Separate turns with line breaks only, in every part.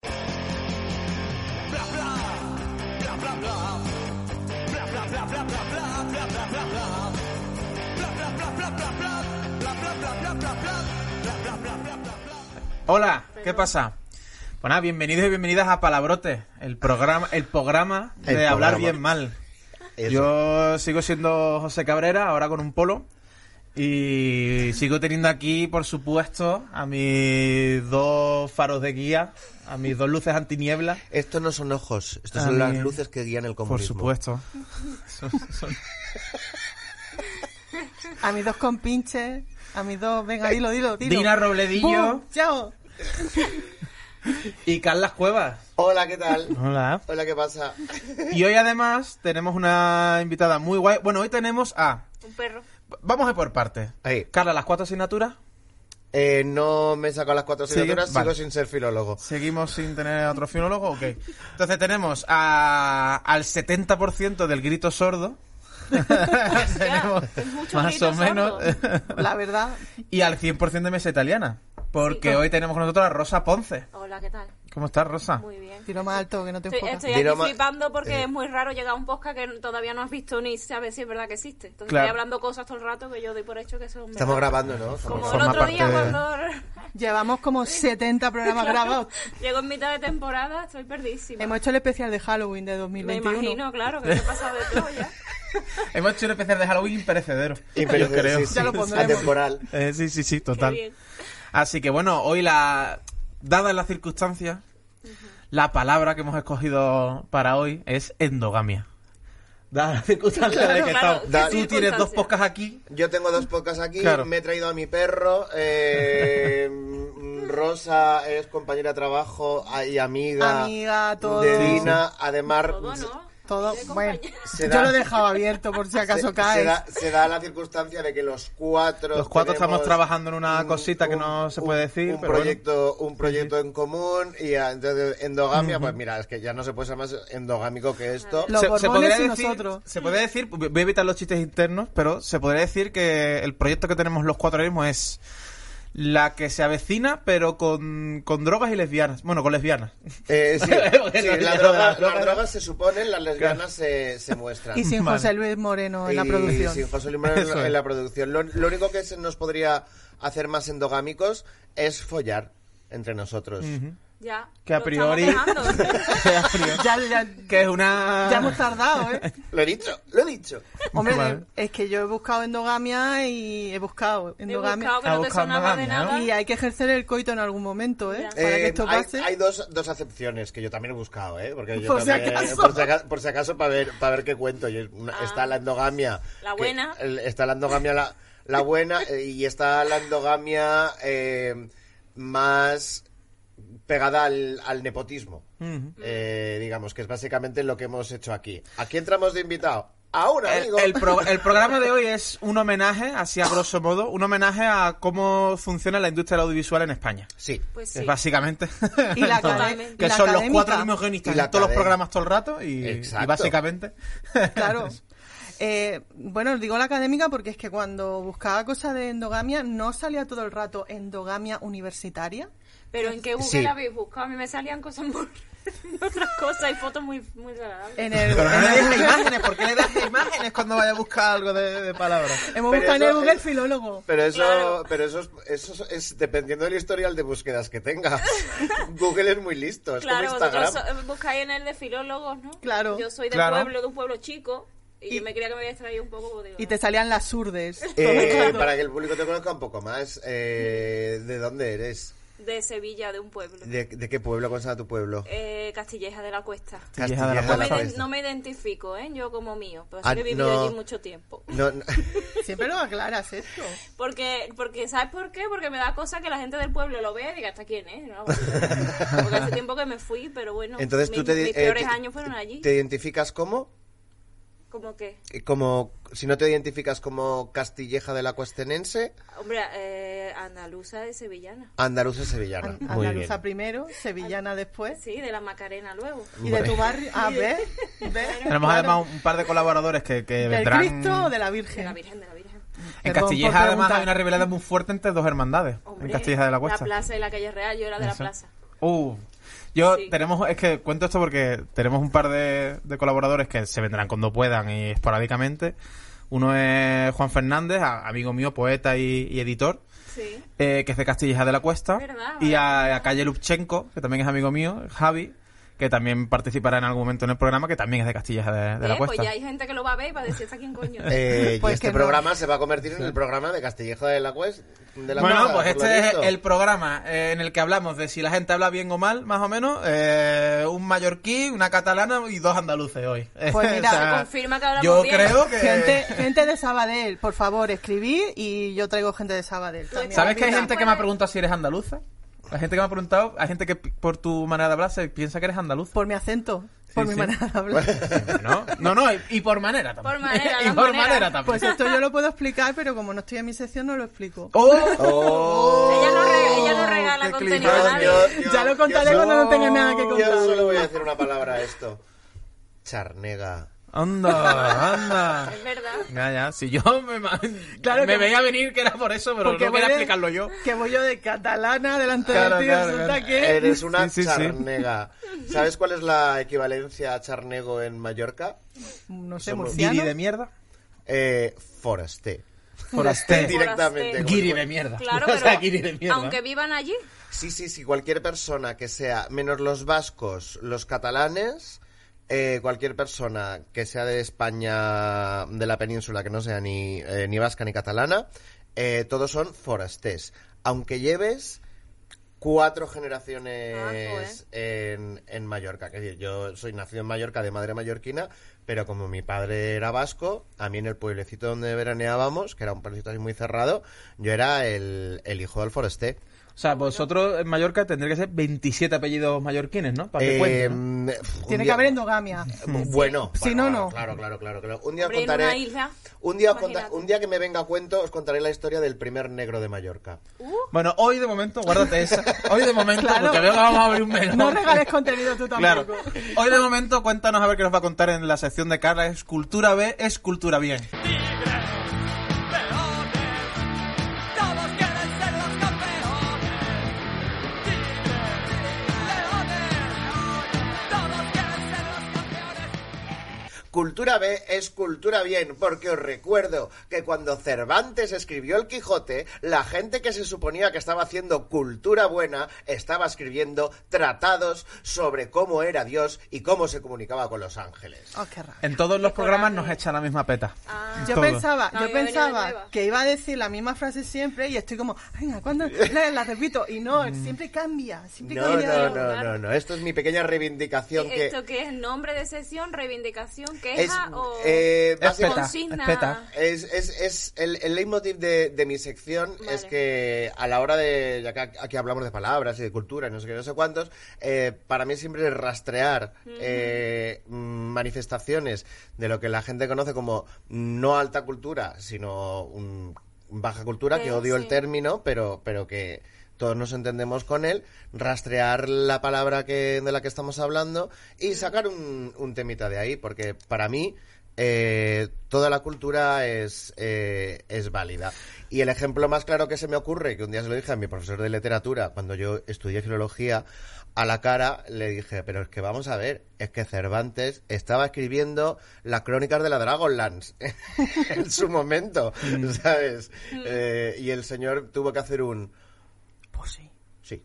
bla bla bla bla bla bla bla bla bla bla bla bla bla bla bla bla bla bla bla bla bla bla bla bla bla bla bla bla bla bla
Hola, ¿qué pasa? Bueno, bienvenidos y bienvenidas a Palabrote, el programa, el programa de
El
hablar
programa.
bien mal.
Eso.
Yo sigo siendo José Cabrera, ahora con un polo. Y sigo teniendo aquí, por supuesto, a mis dos faros de guía, a mis dos luces antiniebla.
Estos no son ojos, estas
A
son las
mí-
luces que guían el
Ah, Por
comunismo.
supuesto. Son- son-
A mis dos compinches, a mis dos, venga, dilo, dilo, dilo.
Dina Robledillo
¡Pum! ¡Chao!
y Carlas Cuevas.
Hola, ¿qué tal?
Hola.
Hola, ¿qué pasa?
Y hoy además tenemos una invitada muy guay. Bueno, hoy tenemos a...
Un perro.
Vamos a ir por partes.
Ahí.
Carla, las cuatro asignaturas.
Eh, no me he sacado las cuatro
Sigue,
asignaturas, sigo
vale.
sin ser filólogo.
Seguimos sin tener otro filólogo, ok. Entonces tenemos a, al 70% del grito sordo. tenemos
es mucho
más
grito
o menos.
La verdad,
y al 100% de mesa italiana. Porque
Sí.
hoy tenemos con nosotros a Rosa Ponce.
Hola, ¿qué tal?
¿Cómo estás, Rosa?
Muy bien.
tiro más alto que no te
Estoy,
enfocas.
estoy aquí
Dilo más-
flipando porque
eh.
es muy raro llegar a un podcast que todavía no has visto ni sabes si es verdad que existe. Entonces
Claro.
estoy hablando cosas todo el rato que yo doy por hecho que son
Estamos
verdad.
grabando, ¿no? Estamos
Como el
Forma
otro día
parte de-
cuando
Llevamos como 70 programas grabados.
llego en mitad de temporada, estoy perdísima.
Hemos hecho el especial de Halloween de
Me
2021.
imagino, claro, que me he pasado de todo ya.
Hemos hecho un especial de Halloween perecedero.
Imperial-
yo creo.
sí, sí,
Ya lo pondremos.
Atemporal.
Eh, sí, sí, sí,
Qué
total.
bien.
Así que bueno, hoy la. Dadas las circunstancias, la palabra que hemos escogido para hoy es endogamia. Dadas las circunstancias de que
Claro,
estamos.
claro,
Tú
¿qué
tienes dos
circunstancias?
podcasts aquí.
Yo tengo dos podcasts aquí,
Claro.
me he traído a mi perro, eh, mm, Rosa es compañera de trabajo a- y amiga,
Amiga, todo.
de Dina, además
Todo, ¿no?
Todo,
Quiere
bueno,
acompañar.
Se
yo
da-
lo dejaba abierto por si acaso
se,
caes.
se da, se da la circunstancia de que los cuatro
Los cuatro
tenemos
estamos trabajando en una cosita que no se puede decir,
un
pero
proyecto un proyecto en común y ah, entonces endogamia pues mira es que ya no se puede ser más endogámico que esto
Los Borbones y
decir,
nosotros.
Se podría decir, voy a evitar los chistes internos, pero se podría decir que el proyecto que tenemos los cuatro ahora mismo es la que se avecina, pero con, con drogas y lesbianas. Bueno, con lesbianas.
Eh, sí, sí,
no,
la
no,
droga-
no, no, no.
las drogas se suponen las lesbianas se, se muestran
Y sin
Vale.
José Luis Moreno en la
Y
producción.
sin José Luis Moreno en,
Eso
la-
es.
en la producción lo, lo único que se nos podría hacer más endogámicos es follar entre nosotros
Ya.
Que a
lo
priori.
estamos dejando.
¿eh? Ya, ya,
que es una.
ya hemos tardado, ¿eh?
lo he dicho lo he dicho
Hombre,
Vale.
es que yo he buscado endogamia y he buscado
He
endogamia.
buscado que no te
buscado
sonaba de
endogamia, ¿no?
nada.
Y hay que ejercer el coito en algún momento, ¿eh?
Ya.
Para que
Eh,
esto
hay,
pase.
hay dos, dos acepciones que yo también he buscado, ¿eh? Porque yo
Por si
también-
acaso.
Por si acaso, por si acaso para, ver, para ver qué cuento. Yo- una-
Ah.
Está la endogamia.
La
que-
buena.
el- está la endogamia la, la buena eh, y está la endogamia eh, más pegada al, al nepotismo. Eh, digamos, que es básicamente lo que hemos hecho aquí. Aquí entramos de invitado. A un
El,
amigo.
Eh, el pro- el programa de hoy es un homenaje, así a grosso modo, un homenaje a cómo funciona la industria del audiovisual en España.
Sí.
Pues
Es
sí.
básicamente.
Y la
Entonces,
académica.
que
Y la
son los
académica.
cuatro mismos guionistas
Y la
en todos los
académica.
programas todo el rato y, y
Exacto.
básicamente.
Claro. Eh, bueno, digo la académica porque es que cuando buscaba cosas de endogamia no salía todo el rato endogamia universitaria.
Pero en qué Google
Sí.
habéis buscado? A mí me salían cosas muy. otras cosas y fotos muy, muy agradables.
En el,
Pero no
en
le
el-
dejes imágenes, ¿por qué le das imágenes cuando vaya a buscar algo de, de palabras?
hemos
Pero
buscado en el
eso-
Google
eso-
filólogo.
Pero eso,
Claro.
pero eso, es, eso es dependiendo del historial de búsquedas que tengas. Google es muy listo, es
Claro,
como
vosotros
Instagram.
so- eh, buscáis en el de filólogos, ¿no?
Claro.
Yo soy de
Claro.
pueblo, de un pueblo chico, y,
Y-
yo me creía que me había extraído un poco. pues, digo,
Y te salían las surdes.
Eh, para que el público te conozca un poco más, eh, ¿de eh, dónde eres?
de Sevilla, de un pueblo.
¿De, de qué pueblo? ¿Cuál será tu pueblo?
Eh, Castilleja de la Cuesta.
Castilleja de la
No me,
Cuesta.
iden- no me identifico, ¿eh? Yo como mío, pero
Ah,
sí que he vivido
no.
allí mucho tiempo.
No, no.
Siempre lo aclaras esto.
Porque, porque, ¿sabes por qué? Porque me da cosa que la gente del pueblo lo vea y diga, ¿hasta quién es? No, Porque hace tiempo que me fui, pero bueno,
Entonces
mis,
tú te,
mis
eh,
peores
te-
años fueron allí.
¿Te identificas como?
Como que,
Eh, Como, si no te identificas como castilleja de la cuestenense,
hombre, eh, andaluza de sevillana.
andaluza sevillana.
An- Andaluza primero, sevillana después.
Sí, de la Macarena luego.
Y de tu barrio. ah, A ver.
Tenemos además un par de colaboradores que, que
¿Del
vendrán.
Cristo o de la
De la
Virgen?
Virgen, de la Virgen.
En
Perdón por
Castilleja además
preguntar.
hay una rivalidad muy fuerte entre dos hermandades.
Hombre,
en Castilleja de la Cuesta.
plaza y la calle real, yo era de la
Eso.
plaza.
Uh, yo
Sí.
tenemos, es que cuento esto porque tenemos un par de, de colaboradores que se vendrán cuando puedan y esporádicamente. Uno es Juan Fernández, a- amigo mío, poeta y, y editor,
Sí.
eh, que es de Castilleja de la Cuesta.
Verdad,
y
vale.
a, a Calle Lubchenko, que también es amigo mío, Javi, que también participará en algún momento en el programa, que también es de Castilleja de, de la
Eh, pues
Cuesta.
ya hay gente que lo va a ver y va a decir, ¿a quién coño?
Eh, y
Pues
este
que no.
programa se va a convertir en el programa de Castilleja de la Cuesta. De la
Bueno,
Cuesta,
pues
por lo
este es
visto.
el programa eh, en el que hablamos de si la gente habla bien o mal, más o menos. eh, un mallorquí, una catalana y dos andaluces hoy.
Pues mira,
se confirma que hablamos
Yo
bien.
creo que.
Gente, gente de Sabadell, por favor, escribir y yo traigo gente de Sabadell. también.
¿Sabes que hay
Mira,
gente que
pues-
me ha preguntado si eres andaluza? Hay gente que me ha preguntado, hay gente que pi- por tu manera de hablar se piensa que eres andaluza.
Por mi acento, por mi
sí.
manera de hablar.
No, no, no, y, y por manera también.
Por manera,
y
las
por
maneras.
manera también.
Pues esto yo lo puedo explicar, pero como no estoy en mi sección, no lo explico.
¡Oh!
Ella no rega- ella no regala
qué
contenido
clima.
a
Yo-
nadie.
yo-
Ya lo
yo
contaré
solo-
cuando no tenga nada
Oh,
que contar.
Yo solo voy a decir una palabra a esto. Charnega.
Anda, anda.
Es verdad.
Ya, ya, si yo me, ma-
Claro
me
que-
veía venir que era por eso, pero no
voy
quería
de-
explicarlo yo.
Que voy yo de catalana delante
Claro,
de ti,
claro,
resulta
claro.
que...
Eres una
Sí, sí, sí.
charnega. ¿Sabes cuál es la equivalencia a charnego en Mallorca?
No sé,
Somos-
Guiri
murciano.
de mierda.
Eh, foraste.
Foraster.
Directamente.
Guiri este de mierda.
Claro,
O
pero
sea, guiri de mierda.
aunque vivan allí,
Sí, sí, sí. Cualquier persona que sea, menos los vascos, los catalanes, eh, cualquier persona que sea de España, de la península, que no sea ni, eh, ni vasca ni catalana, eh, todos son forastés. Aunque lleves cuatro generaciones en, en Mallorca. Que yo soy nacido en Mallorca de madre mallorquina, pero como mi padre era vasco, a mí en el pueblecito donde veraneábamos, que era un pueblecito así muy cerrado, yo era el, el hijo del foresté.
O sea, vosotros en Mallorca tendría que ser 27 apellidos mallorquines, ¿no? Para que cuente, ¿no?
Eh, pf, un
Tiene que
día- Mm,
haber endogamia.
Bueno,
Si
bueno,
no, no.
Claro, claro, claro, claro. Un día os
Hombre, en
contaré.
una isla,
un, día os conta-
imagínate.
un día que me venga a cuento, os contaré la historia del primer negro de Mallorca.
Bueno, hoy de momento, guárdate esa. Hoy de momento,
Claro.
porque veo que vamos a abrir un melón.
No regales contenido tú
Claro.
tampoco.
Hoy de momento, cuéntanos a ver qué nos va a contar en la sección de Carla. Es cultura B, es cultura bien.
Leones, todos quieren ser los campeones. Tigres, leones, todos quieren ser los campeones.
Cultura B es cultura bien, porque os recuerdo que cuando Cervantes escribió El Quijote, la gente que se suponía que estaba haciendo cultura buena estaba escribiendo tratados sobre cómo era Dios y cómo se comunicaba con los ángeles.
Ah,
Oh, qué raro.
En todos los programas nos echan la misma peta. En
Ah. Yo
todos.
pensaba,
No,
yo
iba a venir de
pensaba
nueva.
que iba a decir la misma frase siempre y estoy como, venga, ¿cuándo la, la repito? Y no,
Mm.
siempre cambia, siempre
No,
cambia.
no, no, no, no. Esto es mi pequeña reivindicación que
¿esto qué es? ¿Nombre de sesión, reivindicación,
es
queja o
eh,
Es peta,
consigna?
es peta.
Es, es, es el, el leitmotiv de, de mi sección
Vale.
es que a la hora de, ya que aquí hablamos de palabras y de cultura y no sé qué, no sé cuántos, eh, para mí siempre es rastrear eh, mm, manifestaciones de lo que la gente conoce como no alta cultura, sino mm, baja cultura, que
Eh,
odio el
sí.
término, pero, pero que todos nos entendemos con él, rastrear la palabra que, de la que estamos hablando y sacar un, un temita de ahí, porque para mí eh, toda la cultura es, eh, es válida. Y el ejemplo más claro que se me ocurre, que un día se lo dije a mi profesor de literatura, cuando yo estudié filología, a la cara le dije, pero es que vamos a ver, es que Cervantes estaba escribiendo las crónicas de la Dragonlance en su momento,
Mm.
¿sabes? Eh, y el señor tuvo que hacer un...
Pues sí.
Sí.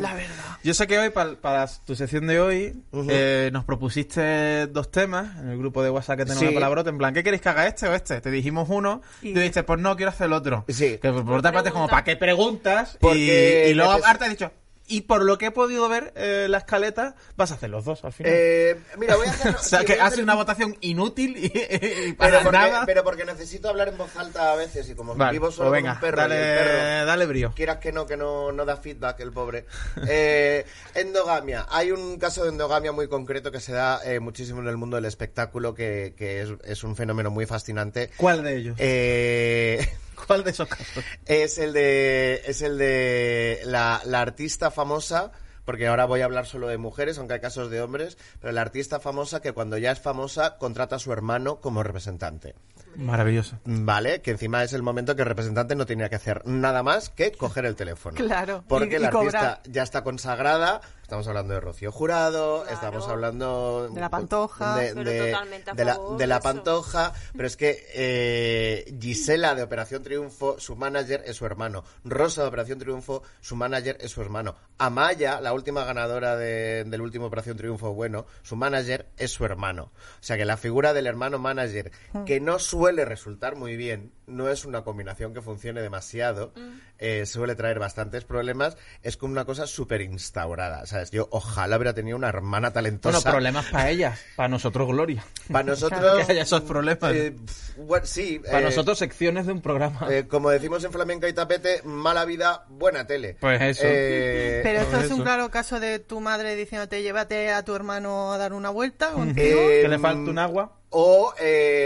La verdad.
Yo sé que hoy, pal- para tu sección de hoy,
Ujú.
eh, nos propusiste dos temas en el grupo de WhatsApp que tenemos la
Sí.
palabrote. En plan, ¿qué queréis que haga este o este? Te dijimos uno y
Y-
tú dijiste, pues no, quiero hacer el otro.
Sí.
Que por, por otra parte es como,
Pregunta.
¿para qué preguntas?
Porque
y, y luego
neces-
aparte has dicho, y por lo que he podido ver eh, la escaleta, vas a hacer los dos al final.
Eh, mira, voy a hacer.
Mm. o sea,
sí,
que
voy a
ha
hacer-
sido una votación inútil y, y para
pero porque,
nada.
pero porque necesito hablar en voz alta a veces y como
Vale,
vivo
pues
solo con
venga,
un perro, y
dale,
el perro
dale brío.
quieras que no, que no, no da feedback el pobre. Eh, endogamia. Hay un caso de endogamia muy concreto que se da eh, muchísimo en el mundo del espectáculo, que, que es, es un fenómeno muy fascinante.
¿Cuál de ellos?
Eh,
¿Cuál de esos casos?
es el de, es el de la, la artista famosa, porque ahora voy a hablar solo de mujeres, aunque hay casos de hombres, pero la artista famosa que cuando ya es famosa contrata a su hermano como representante.
Maravilloso.
Vale, que encima es el momento que el representante no tenía que hacer nada más que coger el teléfono.
Claro,
Porque
y-
la
y cobrar.
artista ya está consagrada. Estamos hablando de Rocío Jurado,
Claro.
estamos hablando.
De La Pantoja.
De,
Pero
de-
totalmente a
de la,
favor
de
de
la
eso.
Pantoja. Pero es que eh, Gisela de Operación Triunfo, su manager es su hermano. Rosa de Operación Triunfo, su manager es su hermano. Amaya, la última ganadora de- del último Operación Triunfo bueno, su manager es su hermano. O sea que la figura del hermano manager, que no suele resultar muy bien, no es una combinación que funcione demasiado, eh, suele traer bastantes problemas, es como una cosa súper instaurada. ¿Sabes? Yo ojalá hubiera tenido una hermana talentosa.
Bueno, problemas para ellas, para nosotros gloria.
Para nosotros.
que haya esos problemas.
eh, pf, bueno, sí.
Para
eh,
nosotros secciones de un programa.
eh, como decimos en Flamenca y Tapete, mala vida, buena tele.
Pues eso.
Eh,
Pero esto es
eso.
un claro caso de tu madre diciéndote llévate a tu hermano a dar una vuelta contigo.
eh,
que le falta un agua.
O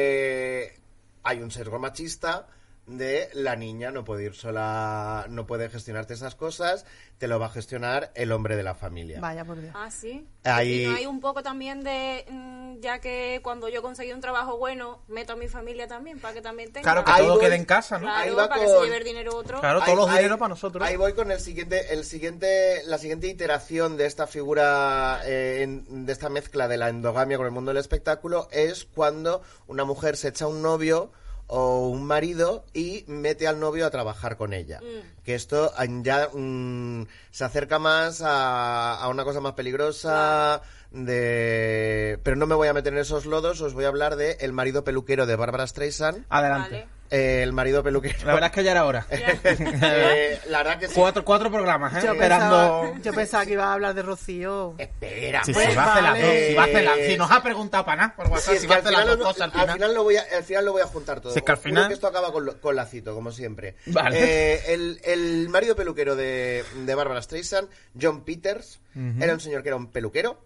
eh, hay un sesgo machista de la niña no puede ir sola, no puede gestionarte esas cosas, te lo va a gestionar el hombre de la familia.
Vaya por Dios.
Ah, sí.
Ahí-
Y no hay un poco también de, mm, ya que cuando yo conseguí un trabajo bueno, meto a mi familia también, para que también tenga.
Claro, que
Ahí
todo
voy.
quede en casa, ¿no?
Claro,
Ahí va
para que
con-
se lleve el dinero otro.
Claro, todos
Ahí-
los
ahí-
dineros para nosotros.
Ahí voy con el siguiente, el siguiente, la siguiente iteración de esta figura, eh, en- de esta mezcla de la endogamia con el mundo del espectáculo, es cuando una mujer se echa un novio o un marido y mete al novio a trabajar con ella. Que esto ah, ya mm, se acerca más a, a una cosa más peligrosa, de... Pero no me voy a meter en esos lodos, os voy a hablar de El marido peluquero de Bárbara Streisand.
Adelante.
Eh, el marido peluquero.
La verdad es que ya era hora.
Eh, la verdad que sí.
Cuatro, cuatro programas, ¿eh?
Yo,
Esperando. Eh.
pensaba, yo pensaba que ibas a hablar de Rocío.
Espera.
Si,
pues,
si va a hacer las dos,
vale.
si va a hacer las- si nos ha preguntado para nada por WhatsApp,
Si
si,
es que
va a
al
hacer las dos
final lo-
cosas al final.
lo voy a, al final lo voy a juntar todo.
Si es que al
Juro
final-
esto acaba con, lo- con lacito, como siempre.
Vale.
Eh, el, el marido peluquero de, de Bárbara Streisand, John Peters, era un señor que era un peluquero,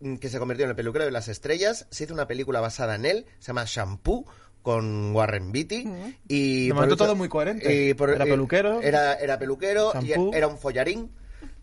mm, que se convirtió en el peluquero de las estrellas. Se hizo una película basada en él, se llama Shampoo, con Warren Beatty.
De
y por
momento
hecho-
todo muy coherente. Era
eh,
peluquero,
Era, era peluquero, y
shampoo.
era un follarín.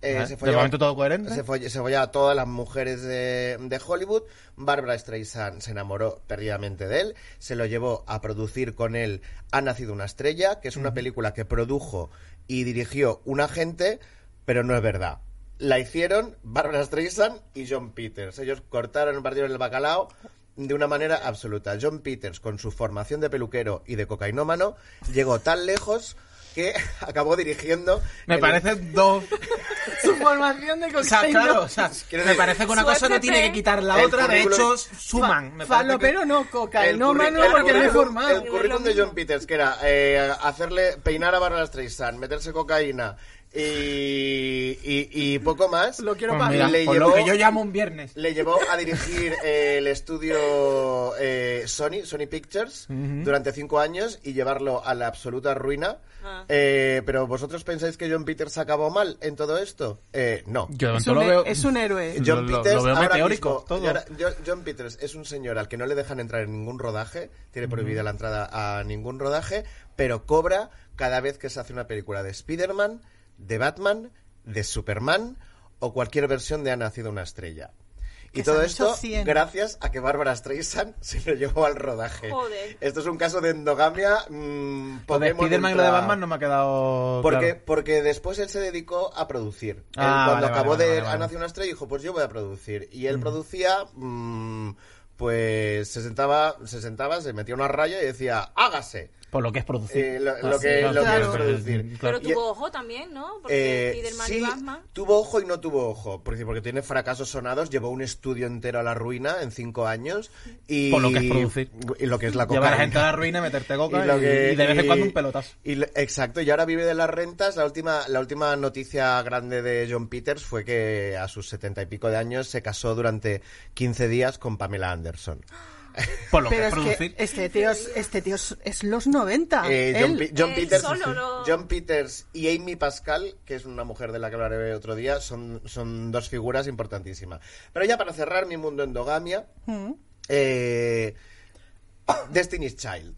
eh,
Vale.
se
De
follaba-
momento todo coherente.
se foll- se follaba a todas las mujeres de, de Hollywood. Barbara Streisand se enamoró perdidamente de él. Se lo llevó a producir con él Ha nacido una estrella, que es una película que produjo y dirigió un agente, pero no es verdad. La hicieron Barbara Streisand y John Peters. Ellos cortaron el partido en el bacalao de una manera absoluta. John Peters, con su formación de peluquero y de cocainómano, llegó tan lejos que acabó dirigiendo.
Me
el-
parecen dos.
Su formación de
O sea,
cocaíno.
claro, o sea,
Quiero
me
decir,
parece que una cosa no
suéltate.
tiene que quitar la
El
otra, de
currículum-
hecho, suman. Me parece que-
Falopero no,
curri-
cocainómano
el
porque me he
currículum-
formado.
El
Eh,
currículum de John Peters, que era eh, hacerle peinar a Barbara Streisand, meterse cocaína y, y, y poco más.
Lo quiero
Pues
para
mira,
mí.
Le
por
llevó-
lo que yo llamo un viernes.
Le llevó a dirigir eh, el estudio eh, Sony, Sony Pictures, durante cinco años y llevarlo a la absoluta ruina. Eh, pero vosotros pensáis que John Peters acabó mal en todo esto? Eh, no.
Yo de
Es
momento
un, e-
lo veo.
es un héroe.
John
Lo- lo-
Peters
lo veo
ahora
meteórico,
mismo-
todo.
y ahora- Jo- John Peters es un señor al que no le dejan entrar en ningún rodaje, tiene prohibida la entrada a ningún rodaje, pero cobra cada vez que se hace una película de Spider-Man, de Batman, de Superman o cualquier versión de Ha nacido una estrella. Y
Que se
todo
han hecho
esto
100.
gracias a que Bárbara Streisand se lo llevó al rodaje.
Joder.
Esto es un caso de endogamia. mm,
Lo de
Pokémon
Spiderman y lo de
ultra-
Batman no me ha quedado.
porque,
claro.
porque después él se dedicó a producir. Él,
Ah,
cuando
vale,
acabó
vale,
de
vale, vale.
Ha nacido una estrella, dijo, pues yo voy a producir. Y él producía, mm, pues se sentaba, se sentaba, se metía una raya y decía, hágase.
Por lo que es producir.
Eh, lo- lo
Ah, sí,
que-
claro,
lo que
claro,
es
claro,
producir.
claro.
Pero
Y-
tuvo ojo también, ¿no? Porque
Eh,
Spiderman
sí,
y Batman.
tuvo ojo y no tuvo ojo, porque, porque tiene fracasos sonados, llevó un estudio entero a la ruina en cinco años y
Por lo que es producir.
y lo que es la
Llevar a la
cocaína.
gente a la ruina, meterte coca y,
lo que-
y de vez en
y-
cuando un pelotazo.
y lo- exacto, y ahora vive de las rentas. La última, la última noticia grande de John Peters fue que a sus setenta y pico de años se casó durante 15 días con Pamela Anderson.
Por lo que
Pero
es
es que
producir.
este tío, es- este tío es, es los 90.
Eh,
Ah, él.
John, Pe- John
Él
Peters,
solo lo-
John Peters y Amy Pascal, que es una mujer de la que hablaré otro día, son, son dos figuras importantísimas. Pero ya para cerrar mi mundo endogamia,
Mm.
eh, Destiny's Child.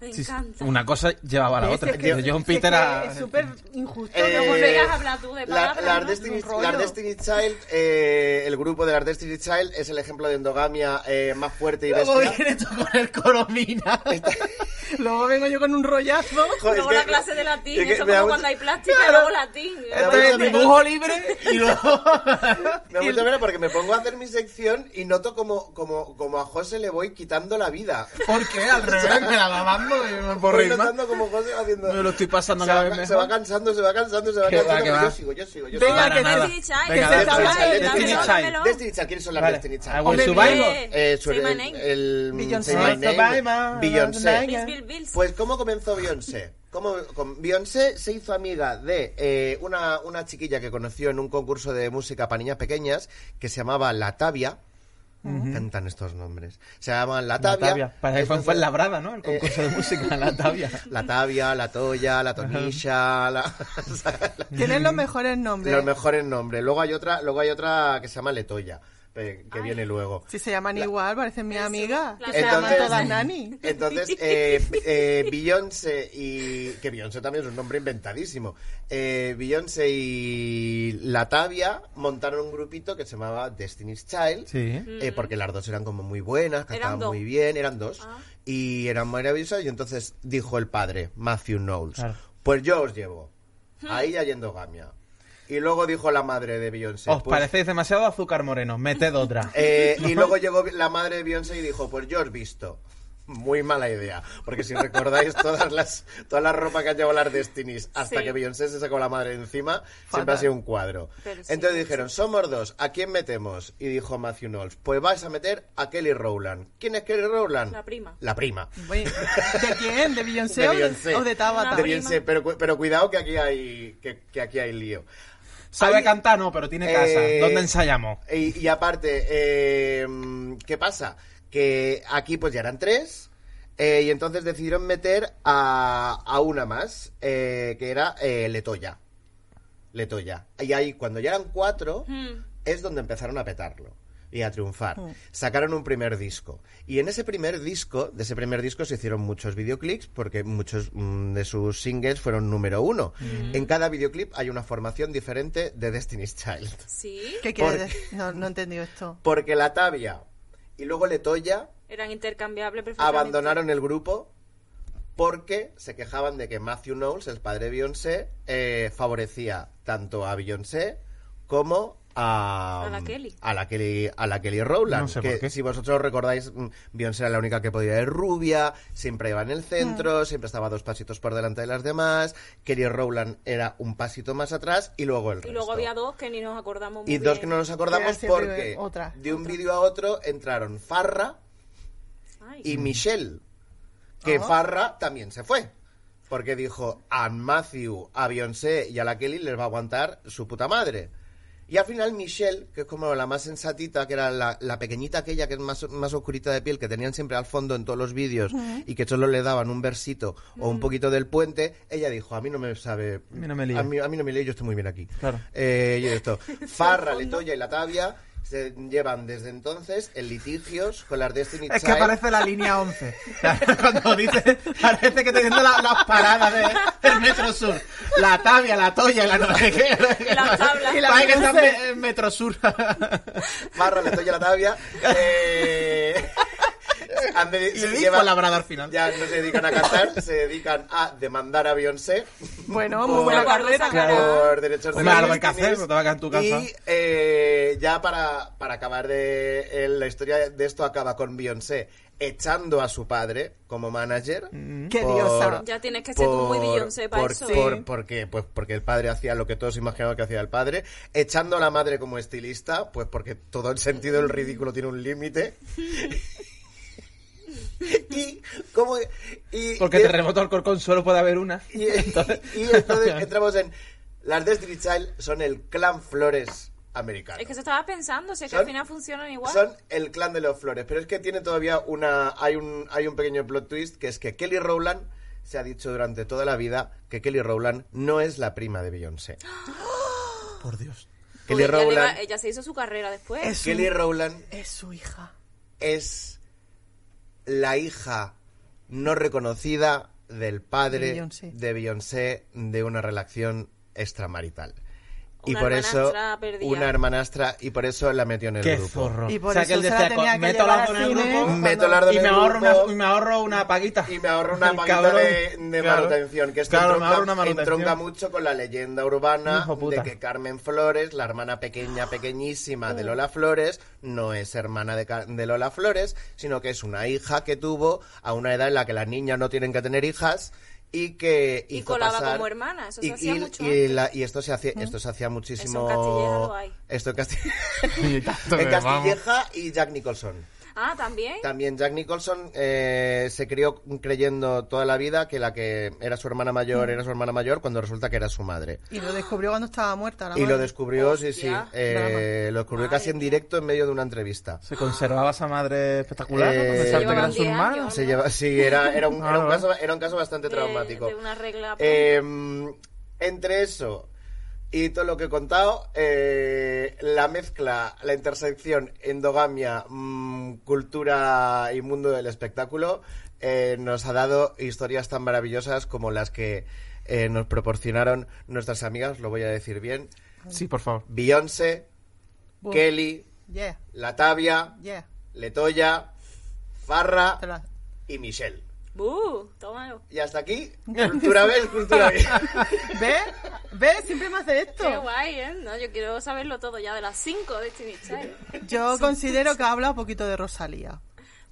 Me
Sí, sí.
encanta.
Una cosa llevaba a la
Es
otra.
que-
De John
es que
Peter a... Este
Es súper injusto.
Eh,
luego
volverás
le-
a hablar tú de
la-
palabras,
las
¿no?
Destiny's-
Un rollo.
las Destiny Child, eh, el grupo de las Destiny Child es el ejemplo de endogamia eh, más fuerte y
Luego
bestia.
viene tú con el coromina.
Este
Luego vengo yo con un rollazo.
Joder,
luego
es
la
que-
clase de latín,
es que
eso
me
como
da
cuando
mucha-
hay plástica,
Claro.
luego latín.
Me da
Bueno,
mucha-
Entonces, dibujo libre y luego...
Me da mucha pena porque me pongo a hacer mi sección y noto como, como, como a José le voy quitando la vida.
¿Por qué? Al revés, me la va dando y me
Voy
voy más.
notando como José va haciendo...
Me lo estoy pasando
se,
cada
va,
vez
se va
mejor.
cansando, se va cansando, se va
Que va,
cansando.
que
pero
va.
Yo sigo, yo sigo, yo
Venga,
sigo.
Para
que
nada.
Destiny
Venga,
Child, que se
Destiny
estaba
Child,
ahí,
Destiny
dámelo,
Child.
dámelo.
Destiny Child, ¿quiénes son las
Vale.
Destiny
I
Child?
will
Hombre,
survive.
eh,
Eh, su-
Say my
el-
name.
el-
Beyoncé.
Say My
Bye, bye,
Name,
bye,
Beyoncé.
bye,
Bills, Bills, Bills.
Pues cómo comenzó Beyoncé. ¿Cómo, con- Beyoncé se hizo amiga de eh, una, una chiquilla que conoció en un concurso de música para niñas pequeñas que se llamaba La Tavia. Me encantan estos nombres. Se llaman La
La
Tavia.
tabia. Para que fue, fue en
Entonces, eh,
Labrada, ¿no? El concurso de música, la tabia.
La Tavia, La Toya, La Tonilla, la- o sea, la-
Tienen los mejores nombres.
los mejores nombres. Luego hay otra, luego hay otra que se llama Letoya, eh, que viene luego.
Si se llaman igual, parecen mi amiga.
la-
Que se llaman
Entonces-
todas Nani.
Entonces, eh, eh, Beyoncé y. Que Beyoncé también es un nombre inventadísimo. Eh, Beyoncé y Latavia montaron un grupito que se llamaba Destiny's Child.
Sí.
eh, porque las dos eran como muy buenas, cantaban
dos.
muy bien, eran dos. Y eran maravillosas. Y entonces dijo el padre, Matthew Knowles:
Claro.
Pues yo os llevo. Ahí ya yendo gamia. Y luego dijo la madre de Beyoncé:
Os
"Pues,
parecéis demasiado azúcar moreno. Meted otra.
eh, y luego llegó la madre de Beyoncé y dijo, pues yo os visto. Muy mala idea, porque si recordáis todas las toda la ropa que han llevado las Destinies hasta
Sí.
que Beyoncé se sacó la madre de encima, siempre ha sido un cuadro.
Pero sí,
Entonces
sí.
dijeron, somos dos, ¿a quién metemos? Y dijo Matthew Knowles, pues vais a meter a Kelly Rowland. ¿Quién es Kelly Rowland?
La prima.
La prima.
Oye, ¿De quién? ¿De Beyoncé,
De
o de-
Beyoncé.
o de Tabata?
De
prima.
Beyoncé, pero, cu- pero cuidado que aquí hay que, que aquí hay lío.
Sabe
Hay-
cantar, no, pero tiene casa.
Eh,
¿Dónde ensayamos?
Y, y aparte, eh, ¿qué pasa? Que aquí pues ya eran tres. eh, y entonces decidieron meter a, a una más, eh, que era eh, Letoya. Letoya. Y ahí, cuando ya eran cuatro, es donde empezaron a petarlo y a triunfar. Sacaron un primer disco. Y en ese primer disco, de ese primer disco se hicieron muchos videoclips porque muchos mm, de sus singles fueron número uno. En cada videoclip hay una formación diferente de Destiny's Child.
Sí,
¿Qué quiere
Por-
decir? No, no he entendido esto.
Porque la Tabia y luego Letoya
eran intercambiables perfectamente.
abandonaron el grupo porque se quejaban de que Matthew Knowles, el padre de Beyoncé, eh, favorecía tanto a Beyoncé como a,
A la Kelly.
a la Kelly, a la Kelly Rowland.
No sé
que
por qué.
Si vosotros recordáis, mm, Beyoncé era la única que podía ir rubia, siempre iba en el centro, siempre estaba dos pasitos por delante de las demás, Kelly Rowland era un pasito más atrás y luego el
Y
resto.
luego había dos que ni nos acordamos muy
Y dos
bien.
que no nos acordamos
Gracias,
porque
Rubén. Otra,
de un
otra.
vídeo a otro entraron Farra
Ay.
y Michelle. Que
Oh.
Farra también se fue. Porque dijo a Matthew, a Beyoncé y a la Kelly les va a aguantar su puta madre. Y al final Michelle, que es como la más sensatita, que era la, la pequeñita aquella que es más, más oscurita de piel, que tenían siempre al fondo en todos los vídeos y que solo le daban un versito o un poquito del puente, ella dijo, a mí no me sabe...
A mí no me lía.
A mí, a mí no me lía, yo estoy muy bien aquí.
Claro.
Eh, y esto. Farra, Letoya y Latavia se llevan desde entonces en litigios con las Destiny
Es que
Child.
parece la línea 11. Cuando dices, parece que te diciendo la- las paradas de- del Metro Sur. La tabia, la toya, la no sé qué.
Y las tablas.
Parece que está en Me- en Metro Sur.
Farra, Letoya y Latavia. Eh... han de-
Y
se
le dijo
llevan-
al labrador final.
Ya no se dedican a cantar, se dedican a demandar a Beyoncé
Bueno,
Por-
muy buena
Por-
carrera.
Claro.
por derechos de
Hombre, algo hay que
imágenes.
hacer, no te va a quedar en tu casa.
Y eh, ya para, para acabar de eh, la historia de esto acaba con Beyoncé echando a su padre como manager.
Mm.
Qué diosa.
Ya tienes que ser tú muy Beyoncé para
por-
eso. ¿eh?
por-
Sí.
porque, pues, porque el padre hacía lo que todos imaginaban que hacía el padre, echando a la madre como estilista, pues porque todo el sentido del ridículo tiene un límite. y como y,
Porque
y-
te rebotó el consuelo puede haber una.
y, y entonces entramos en las Destiny Child son el clan Flores americano.
Es que eso estaba pensando, si es que
Son-
al final funcionan igual.
Son el clan de los flores, pero es que tiene todavía una hay un hay un pequeño plot twist que es que Kelly Rowland se ha dicho durante toda la vida que Kelly Rowland no es la prima de Beyoncé.
Por Dios.
Porque
Kelly
ella, le va-
Rowland,
ella se hizo su carrera después.
Es su,
Kelly Rowland
es su hija.
es la hija no reconocida del padre
Beyoncé.
de Beyoncé de una relación extramarital. Y
Una
por eso
hermanastra perdida.
una hermanastra y por eso la metió en el
Qué
grupo.
zorro.
Y por
O sea,
eso
que él
se la
decía, "Con-
tenía que
meto
llevar
al
al
en el
cine
grupo
cuando-
Meto lardo
y
en
me
el
ahorro
grupo.
una y me ahorro una paguita.
Y me ahorro una
El
paguita
cabrón.
de, de
Claro.
manutención, que esto
Claro, me ahorro una
entronca,
manutención.
entronca mucho con la leyenda urbana
Hijo puta.
de que Carmen Flores, la hermana pequeña, pequeñísima de Lola Flores, no es hermana de, Car- de Lola Flores, sino que es una hija que tuvo a una edad en la que las niñas no tienen que tener hijas y que
Y
hizo
colaba
pasar-
como hermana, eso se
y-
hacía
y-
mucho
y,
antes.
la- y esto se hacía esto se hacía muchísimo
Castilleja lo hay.
esto en, Casti-
Y tanto
en
que vamos.
Castilleja y Jack Nicholson
Ah, también.
también Jack Nicholson eh, se crió creyendo toda la vida que la que era su hermana mayor era su hermana mayor cuando resulta que era su madre.
Y lo descubrió cuando estaba muerta. La
Y
madre.
lo descubrió, sí, sí,
Hostia.
eh, lo descubrió casi en directo en medio de una entrevista.
Se conservaba esa madre espectacular, ¿no?
Eh,
Con
Se
pensarte que
llevaban
era su
10
hermana.
años,
Se
¿no?
lleva, sí, era, era, un,
Ah,
era, un
vale.
caso, era un caso bastante
De-
traumático.
de una regla
Eh, entre eso y todo lo que he contado, eh, la mezcla, la intersección, endogamia, mm, cultura y mundo del espectáculo, eh, nos ha dado historias tan maravillosas como las que eh, nos proporcionaron nuestras amigas, lo voy a decir bien,
Sí, por favor.
Beyoncé,
Bu-
Kelly,
Yeah,
Latavia,
yeah.
Letoya, Farra
Te la-
y Michelle.
¡Buh! Tómalo.
Y hasta aquí, cultura B, cultura B.
¿Ve? ¿Ve? Siempre me hace
Qué
esto.
guay, ¿eh? No, yo quiero saberlo todo ya de las 5 de Destiny Child.
Yo considero que ha hablado poquito de Rosalía.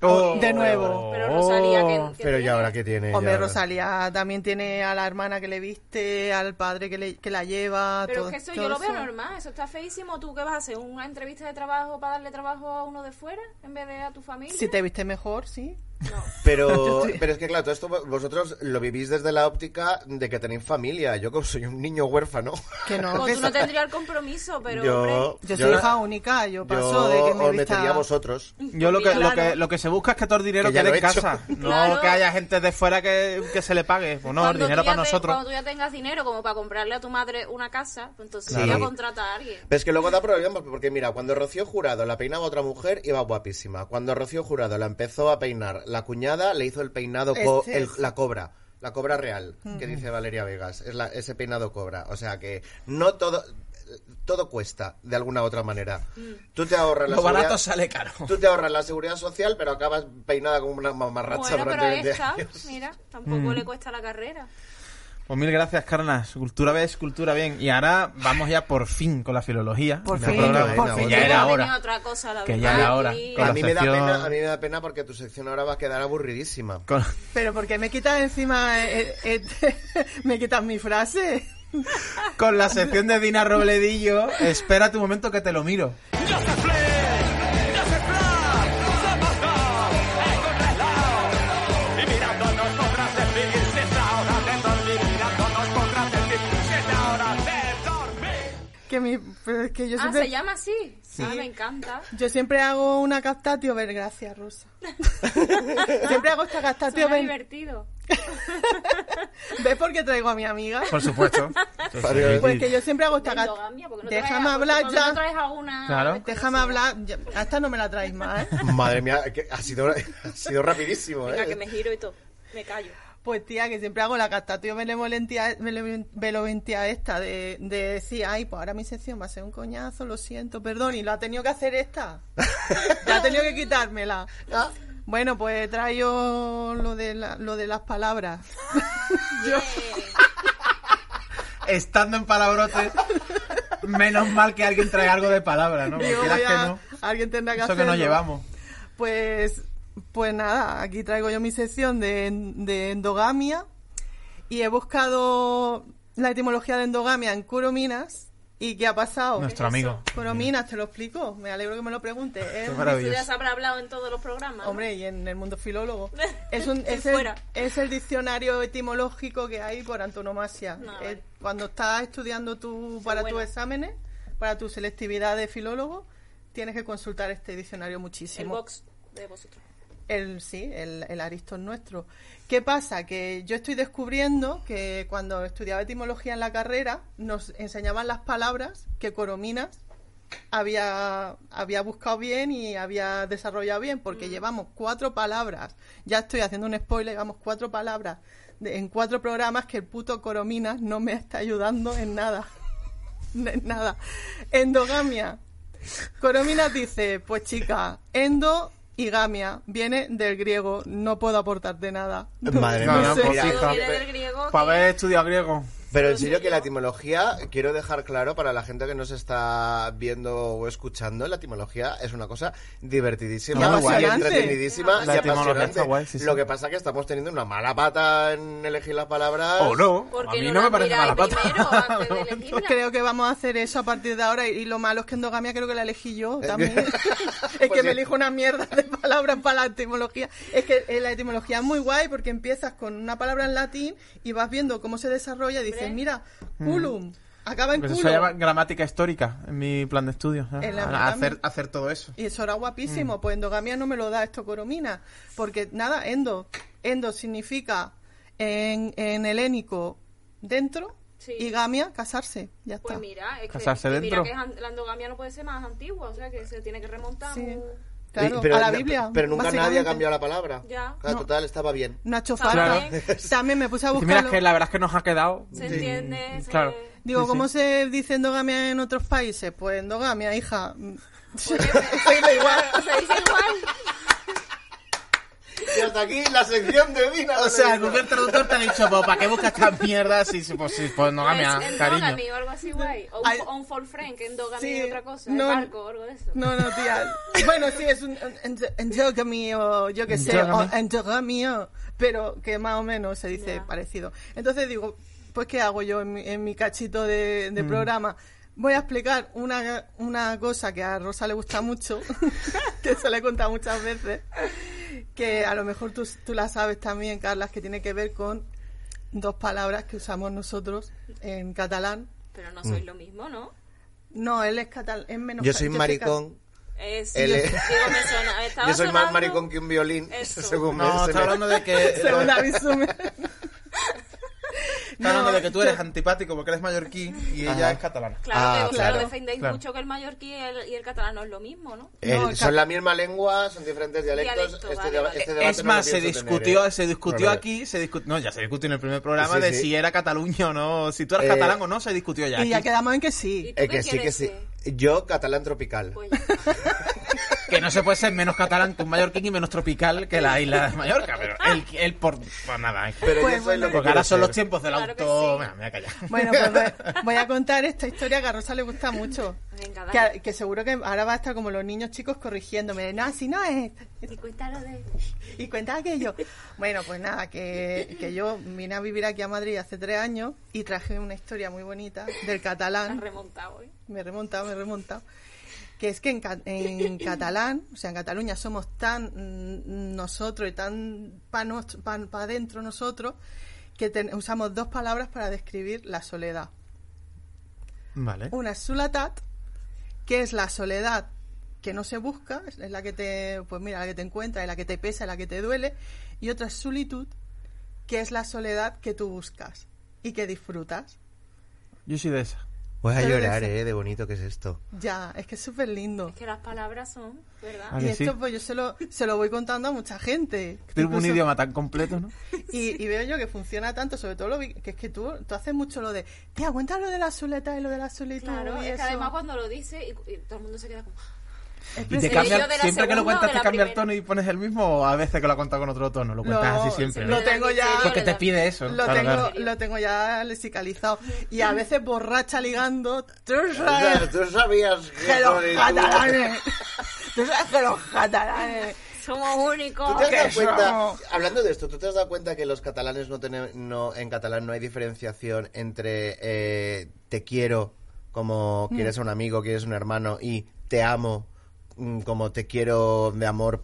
Oh,
De nuevo.
Pero Rosalía, que, que
Pero
tiene-
ya ahora que tiene.
Hombre,
ya-
Rosalía también tiene a la hermana que le viste, al padre que, le- que la lleva.
Pero
todo-
es que eso
todo
yo lo veo
eso.
normal, eso está feísimo. ¿Tú qué vas a hacer? ¿Una entrevista de trabajo para darle trabajo a uno de fuera en vez de a tu familia?
Si te viste mejor, sí.
Pero, pero es que, claro, todo esto vo- vosotros lo vivís desde la óptica de que tenéis familia. Yo, como soy un niño huérfano.
Que no.
Como
que
Pues tú no
esa-
tendrías el compromiso, pero
yo.
hombre,
Yo soy hija única, yo paso de que me
os
vista...
metería a vosotros.
Yo lo que, lo,
Claro.
que, lo que se busca es que todo el dinero
Que ya
quede
lo
en
he hecho.
casa. No
Claro.
que haya gente de fuera que, que se le pague. Pues no, el
cuando tú
dinero
ya
para
te-
nosotros.
Cuando tú ya tengas dinero como para comprarle a tu madre una casa, pues entonces
Claro.
ya contrata a alguien.
Pero es que luego da problemas, porque mira, cuando Rocío Jurado la peinaba otra mujer, iba guapísima. Cuando Rocío Jurado la empezó a peinar, la cuñada le hizo el peinado, co-
Este.
el- la cobra. La cobra real, que dice Valeria Vegas. Es la- ese peinado cobra. O sea que no todo. Todo cuesta, de alguna u otra manera.
Mm.
Tú te ahorras la
Lo
seguridad-
barato sale caro.
Tú te ahorras la seguridad social, pero acabas peinada como una mamarracha
Bueno, pero
durante
ahí
20
está,
años.
mira,
Mm.
tampoco le cuesta la carrera.
Pues mil gracias, Carlas. Cultura B es cultura bien. Y ahora vamos ya por fin con la filología.
Por
del
fin,
programa,
por
que
fin.
Ya
Yo
era
no tenía
hora.
otra cosa, la
Que ya
verdad,
era hora.
y-
Con
A
la
mí, me da
sección-
pena, a mí me da pena porque tu sección ahora va a quedar aburridísima.
Con-
Pero porque me quitas encima, eh, eh, eh, me quitas mi frase.
Con la sección de Dina Robledillo, espera tu momento que te lo miro.
Que mi, pero es que yo
Ah,
siempre,
se llama así. Ah, me encanta.
yo siempre hago una captatio ver, gracias Rosa. siempre hago esta
Ah,
captatio
Suena
ver,
divertido.
¿ves porque traigo a mi amiga?
Por supuesto.
Pues que yo siempre hago esta
De
captatio.
endogamia, porque no te
Déjame
vayas a-
hablar
porque
ya.
No traes alguna.
Claro.
Déjame hablar, ya- a esta no me la traes más, ¿eh?
Madre mía, que ha sido, ha sido rapidísimo,
Venga,
¿eh?
que me giro y todo. Me callo.
Pues tía, que siempre hago la captatio benevolentía- beleven- benevolentía esta de, de decir, ay, pues ahora mi sección va a ser un coñazo, lo siento, perdón, y la ha tenido que hacer esta. La ha tenido que quitármela.
Ah,
Bueno, pues traigo lo de, la- lo de las palabras.
Estando en palabrote, menos mal que alguien trae algo de palabra, ¿no? Porque
Digo,
quieras
voy
que
a-
no,
Alguien tendrá que
eso que
hacerlo.
nos llevamos.
Pues, pues nada, aquí traigo yo mi sección de, de endogamia y he buscado la etimología de endogamia en Curominas. ¿Y qué ha pasado?
Nuestro amigo.
Curominas, te lo explico. Me alegro que me lo preguntes. Es-
Qué
Eso ya se
maravilloso.
habrá hablado en todos los programas. ¿no?
hombre, y en el mundo filólogo. Es, un,
De
es, el,
fuera.
es el diccionario etimológico que hay por antonomasia.
No,
Es-
vale.
Cuando estás estudiando tú, para
bueno.
tus exámenes, para tu selectividad de filólogo, tienes que consultar este diccionario
El
muchísimo.
box de vosotros.
El, sí, el, el Aristón nuestro. ¿Qué pasa? Que yo estoy descubriendo que cuando estudiaba etimología en la carrera nos enseñaban las palabras que Corominas había, había buscado bien y había desarrollado bien, porque llevamos cuatro palabras, ya estoy haciendo un spoiler, llevamos cuatro palabras de- en cuatro programas que el puto Corominas no me está ayudando en nada. en nada. Endogamia. Corominas dice, pues chica, endo y gamia viene del griego, no puedo aportarte nada.
Madre
No,
mía,
no,
mira,
pues, hija.
Viene del griego
Para
que-
Pues haber estudiado griego.
Pero en serio que la etimología, quiero dejar claro para la gente que nos está viendo o escuchando, la etimología es una cosa divertidísima,
Y
apasionante.
entretenidísima
La
y
etimología
apasionante.
está guay, sí, sí.
Lo que pasa que estamos teniendo una mala pata en elegir las palabras.
O Oh, no,
¿Por
a
qué
mí
no
no
la
me parece
miráis
mala pata.
primero antes de elegirla?
Pues Creo que vamos a hacer eso a partir de ahora. Y, y lo malo es que endogamia creo que la elegí yo también. es que
Eh, Pues sí.
me elijo una mierda de palabras para la etimología. Es que eh, la etimología es muy guay porque empiezas con una palabra en latín y vas viendo cómo se desarrolla y dices, mira, culum, acaba en
Pues eso
culum.
se llama gramática histórica en mi plan de estudio. ¿no?
En la-
A- Hacer, hacer todo eso.
Y eso era
Mm.
guapísimo, pues endogamia no me lo da esto coromina, porque nada, endo, endo significa en, en helénico dentro
Sí.
y gamia casarse, ya está.
Pues mira, es que,
Casarse
es que
dentro.
mira que es an- la endogamia no puede ser más antigua, o sea que se tiene que remontar.
Sí.
muy-
Claro,
Y- pero,
a la Biblia.
Pero nunca nadie ha
básicamente.
cambiado la palabra.
Ya.
Claro, total, estaba bien.
No ha hecho
Claro.
falta. También me puse a
Y mira,
buscarlo.
es que la verdad es que nos ha quedado.
Se entiende, se-
Claro.
Digo,
Sí,
¿cómo
sí.
se dice endogamia en otros países? Pues endogamia, hija.
Pues,
Se dice igual.
Y hasta aquí la sección de Dina.
O sea, el Google Traductor te ha dicho, "Pues, ¿para qué buscas estas mierdas? Y, pues, sí, pues no, gamia,
es
cariño.
endogamy o algo así guay. O
Ay.
un, o un fall friend, que endogamy
Sí,
es otra cosa.
no.
el barco o algo de eso.
No, no, tía. Bueno, sí, es un un- un- endogamia o yo que sé, o
Endogamia.
endogamia, pero que más o menos se dice
Ya.
parecido. Entonces digo, pues ¿qué hago yo en mi, en mi cachito de,
Mm.
de programa? Voy a explicar una, una cosa que a Rosa le gusta mucho, que se le he contado muchas veces, que a lo mejor tú, tú la sabes también, Carlas, que tiene que ver con dos palabras que usamos nosotros en catalán.
Pero no sois lo mismo, ¿no?
No, él es catalán, es menos...
Yo
ca-
soy
ca-
maricón.
Es,
Él es-
digo, me suena. Estaba
Yo soy más
sonando-
maricón que un violín,
Eso.
según me-
No,
se
está
me-
hablando de que...
Según David Sumer.
Está hablando
No,
de que tú eres antipático porque eres mallorquí y ella es catalana.
Claro,
Ah,
que vosotros
claro,
defendéis
claro.
mucho que el mallorquí y el, y el catalán no es lo mismo, ¿no?
El-
No, el
Eh, son
cat-
la misma lengua, son diferentes dialectos.
Dialecto,
este
vale,
deba-
vale.
este debate
Es
no lo
más, se
pienso tener,
discutió,
¿eh?
se discutió
No, no.
aquí, se discutió, no, ya se discutió en el primer programa
Sí,
de
sí.
si era Cataluña o no, si tú eras
Eh,
catalán o no, se discutió ya.
Y ya
aquí.
quedamos en que sí.
¿Y tú
Eh,
qué
que sí, que
quieres
sí.
ser?
Yo, catalán tropical.
Pues ya está.
Que no se puede ser menos catalán que un mallorquín y menos tropical que la isla de Mallorca, pero él, él por, por nada. es que-
Pero
Pues
yo soy
bueno.
lo que
Porque ahora
quiero
son los
ser.
tiempos del
Claro que
auto...
sí.
Mira, me voy a callar.
Bueno, pues voy- voy a contar esta historia que a Rosa le gusta mucho.
Venga, dale.
Que, a- que seguro que ahora va a estar como los niños chicos corrigiéndome. No, si no es. este.
Y cuéntalo de...
Y cuenta aquello. Bueno, pues nada, que, que yo vine a vivir aquí a Madrid hace tres años y traje una historia muy bonita del
Has
catalán.
remontado, ¿eh?
Me he remontado, me he remontado. Que es que en, ca- en catalán, o sea, en Cataluña somos tan mm, nosotros y tan para adentro nosotros que ten- usamos dos palabras para describir la soledad.
Vale.
Una es sulatat, que es la soledad que no se busca, es es la que te, pues mira, la que te encuentra, es la que te pesa, es la que te duele, y otra es solitud, que es la soledad que tú buscas y que disfrutas.
Yo soy de esa.
Voy a
Pero
llorar,
de
eh, de bonito que es esto.
Ya, es que es súper lindo.
Es que las palabras son, ¿verdad?
Ah,
Y
que
esto
sí?
pues yo se lo, se lo voy contando a mucha gente.
Tiene un
Incluso-
idioma tan completo, ¿no?
Y, y veo yo que funciona tanto, sobre todo lo vi- que es que tú, tú haces mucho lo de, tía, cuenta lo de la soleta y lo de la solitud.
Claro,
y
es que
eso".
además cuando lo dice y, y todo el mundo se queda como... "Ah,
Y te
precioso.
cambia,
¿El yo de la
siempre que
segunda
lo
o
cuentas
de
te
la
cambia el
primera?
tono y pones el mismo o a veces que lo ha contado con otro tono, lo cuentas
No,
así siempre.
lo
Le da
tengo
misterio,
ya.
le
Porque te
da-
pide eso.
Lo
Claro,
tengo,
claro.
lo tengo ya lexicalizado. Y a veces borracha ligando. Tú
Claro,
sabes
Tú sabías que
que los
por el-
catalanes. Tú sabes que los catalanes.
Somos
¿Tú
únicos.
te has
¿Qué
dado cuenta,
somos?
hablando de esto, ¿tú te has dado cuenta que los catalanes no tienen, no, en catalán no hay diferenciación entre eh, te quiero como quieres a un amigo, quieres a un hermano y te amo mm, como te quiero de amor